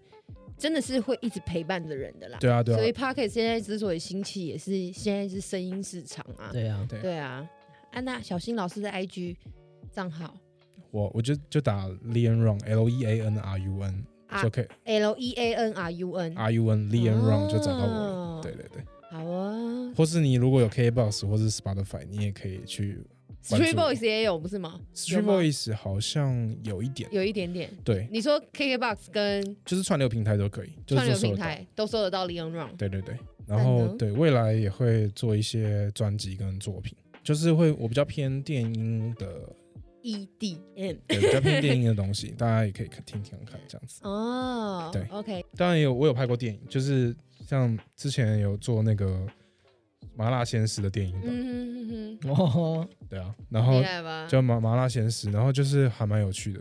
Speaker 5: 真的是会一直陪伴着人的啦。
Speaker 3: 对啊，对啊
Speaker 2: 所以 p o c k e t 现在之所以兴起，也是现在是声音市场啊，
Speaker 1: 对啊，
Speaker 3: 对
Speaker 2: 对啊，安娜小新老师的 IG 账号
Speaker 3: 我我就就打 Lean Run L E A N R U N
Speaker 2: 啊
Speaker 3: 就可以
Speaker 2: L E A N R U N，
Speaker 3: R U E N Lean Run
Speaker 2: 哦
Speaker 3: 就找到我了。对对对，
Speaker 2: 好啊
Speaker 3: 或是你如果有 KBox 或是 Spotify，你也可以去关注
Speaker 2: ，Street Boys 也有不是吗？有
Speaker 3: Street
Speaker 2: 吗
Speaker 3: Voice 好像有一点，
Speaker 2: 有一点点。
Speaker 3: 对，
Speaker 2: 你说 KKBox 跟
Speaker 3: 就是串流平台都可以，就
Speaker 2: 串
Speaker 3: 是
Speaker 2: 流
Speaker 3: 搜
Speaker 2: 平
Speaker 3: 得到。
Speaker 2: 台都搜得到 Leon Run，
Speaker 3: 对对对，然
Speaker 2: 赞
Speaker 3: 后
Speaker 2: 哦
Speaker 3: 对未来也会做一些专辑跟作品，就是会我比较偏电音的，
Speaker 2: EDM
Speaker 3: 对，比较偏电音的东西，大 *laughs* 家也可以看听听看这样子。
Speaker 2: 哦，
Speaker 3: 对
Speaker 2: ，OK，
Speaker 3: 当然也有，我有拍过电影，就是像之前有做那个麻辣鲜师的电影版，
Speaker 2: 嗯哼哼
Speaker 1: 哦，
Speaker 3: 对啊，然
Speaker 2: 哼，
Speaker 3: 后
Speaker 2: 厉害吧？
Speaker 3: 叫麻麻辣鲜师，然后就是还蛮有趣的，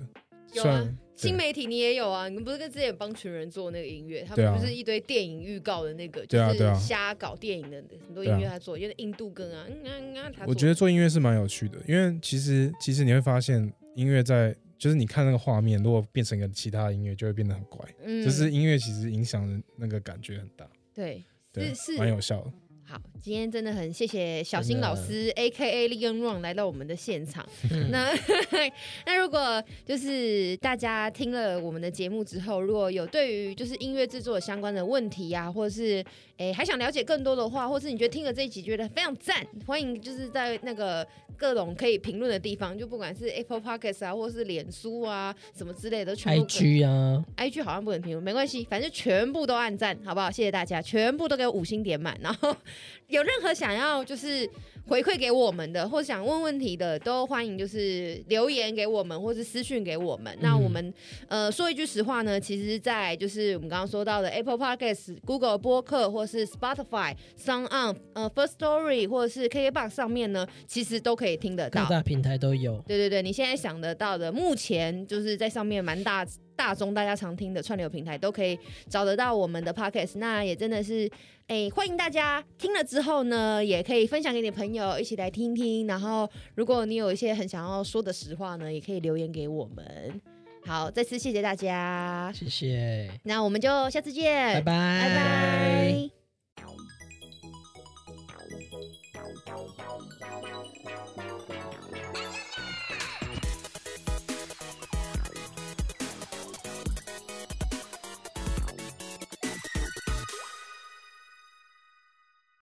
Speaker 2: 有啊
Speaker 3: 算
Speaker 2: 新媒体你也有啊，你们不是跟之前帮群人做那个音乐，他
Speaker 3: 对
Speaker 2: 们
Speaker 3: 啊
Speaker 2: 不是一堆电影预告的那个，
Speaker 3: 对啊
Speaker 2: 就
Speaker 3: 对啊啊
Speaker 2: 是瞎搞电影的很多音乐他做，因为印度歌啊，嗯嗯嗯，他
Speaker 3: 我觉得做音乐是蛮有趣的，因为其实其实你会发现音乐在。就是你看那个画面，如果变成一个其他的音乐，就会变得很怪。
Speaker 2: 嗯
Speaker 3: 就是音乐其实影响的那个感觉很大，
Speaker 2: 对，
Speaker 3: 对
Speaker 2: 是，是
Speaker 3: 蛮有效的。
Speaker 2: 好，今天真的很谢谢小新老师 A K A l e o n Ron 来到我们的现场。那 *laughs* 那如果就是大家听了我们的节目之后，如果有对于就是音乐制作相关的问题呀、或者是诶还想了解更多的话，或是你觉得听了这一集觉得非常赞，欢迎就是在那个各种可以评论的地方，就不管是 Apple Podcast 啊，或是脸书啊什么之类的，全部可以
Speaker 1: IG 啊，
Speaker 2: IG 好像不能评论，没关系，反正全部都按赞，好不好？谢谢大家，全部都给我五星点满。然后有任何想要就是回馈给我们的，或想问问题的，都欢迎就是留言给我们，或是私讯给我们。那我们呃说一句实话呢，其实，在就是我们刚刚说到的 Apple Podcast、Google 播客，或是 Spotify、Sound On、呃 First Story，或者是 KKBox 上面呢，其实都可以听得
Speaker 1: 各
Speaker 2: 到。
Speaker 1: 大平台都有。
Speaker 2: 对对对，你现在想得到的，目前就是在上面蛮大大众大家常听的串流平台都可以找得到我们的 podcast。那也真的是，哎，欢迎大家听了之后呢，也可以分享给你的朋友一起来听听。然后，如果你有一些很想要说的实话呢，也可以留言给我们。好，再次谢谢大家，
Speaker 1: 谢谢，
Speaker 2: 那我们就下次见，
Speaker 1: 拜拜，
Speaker 2: 哎拜拜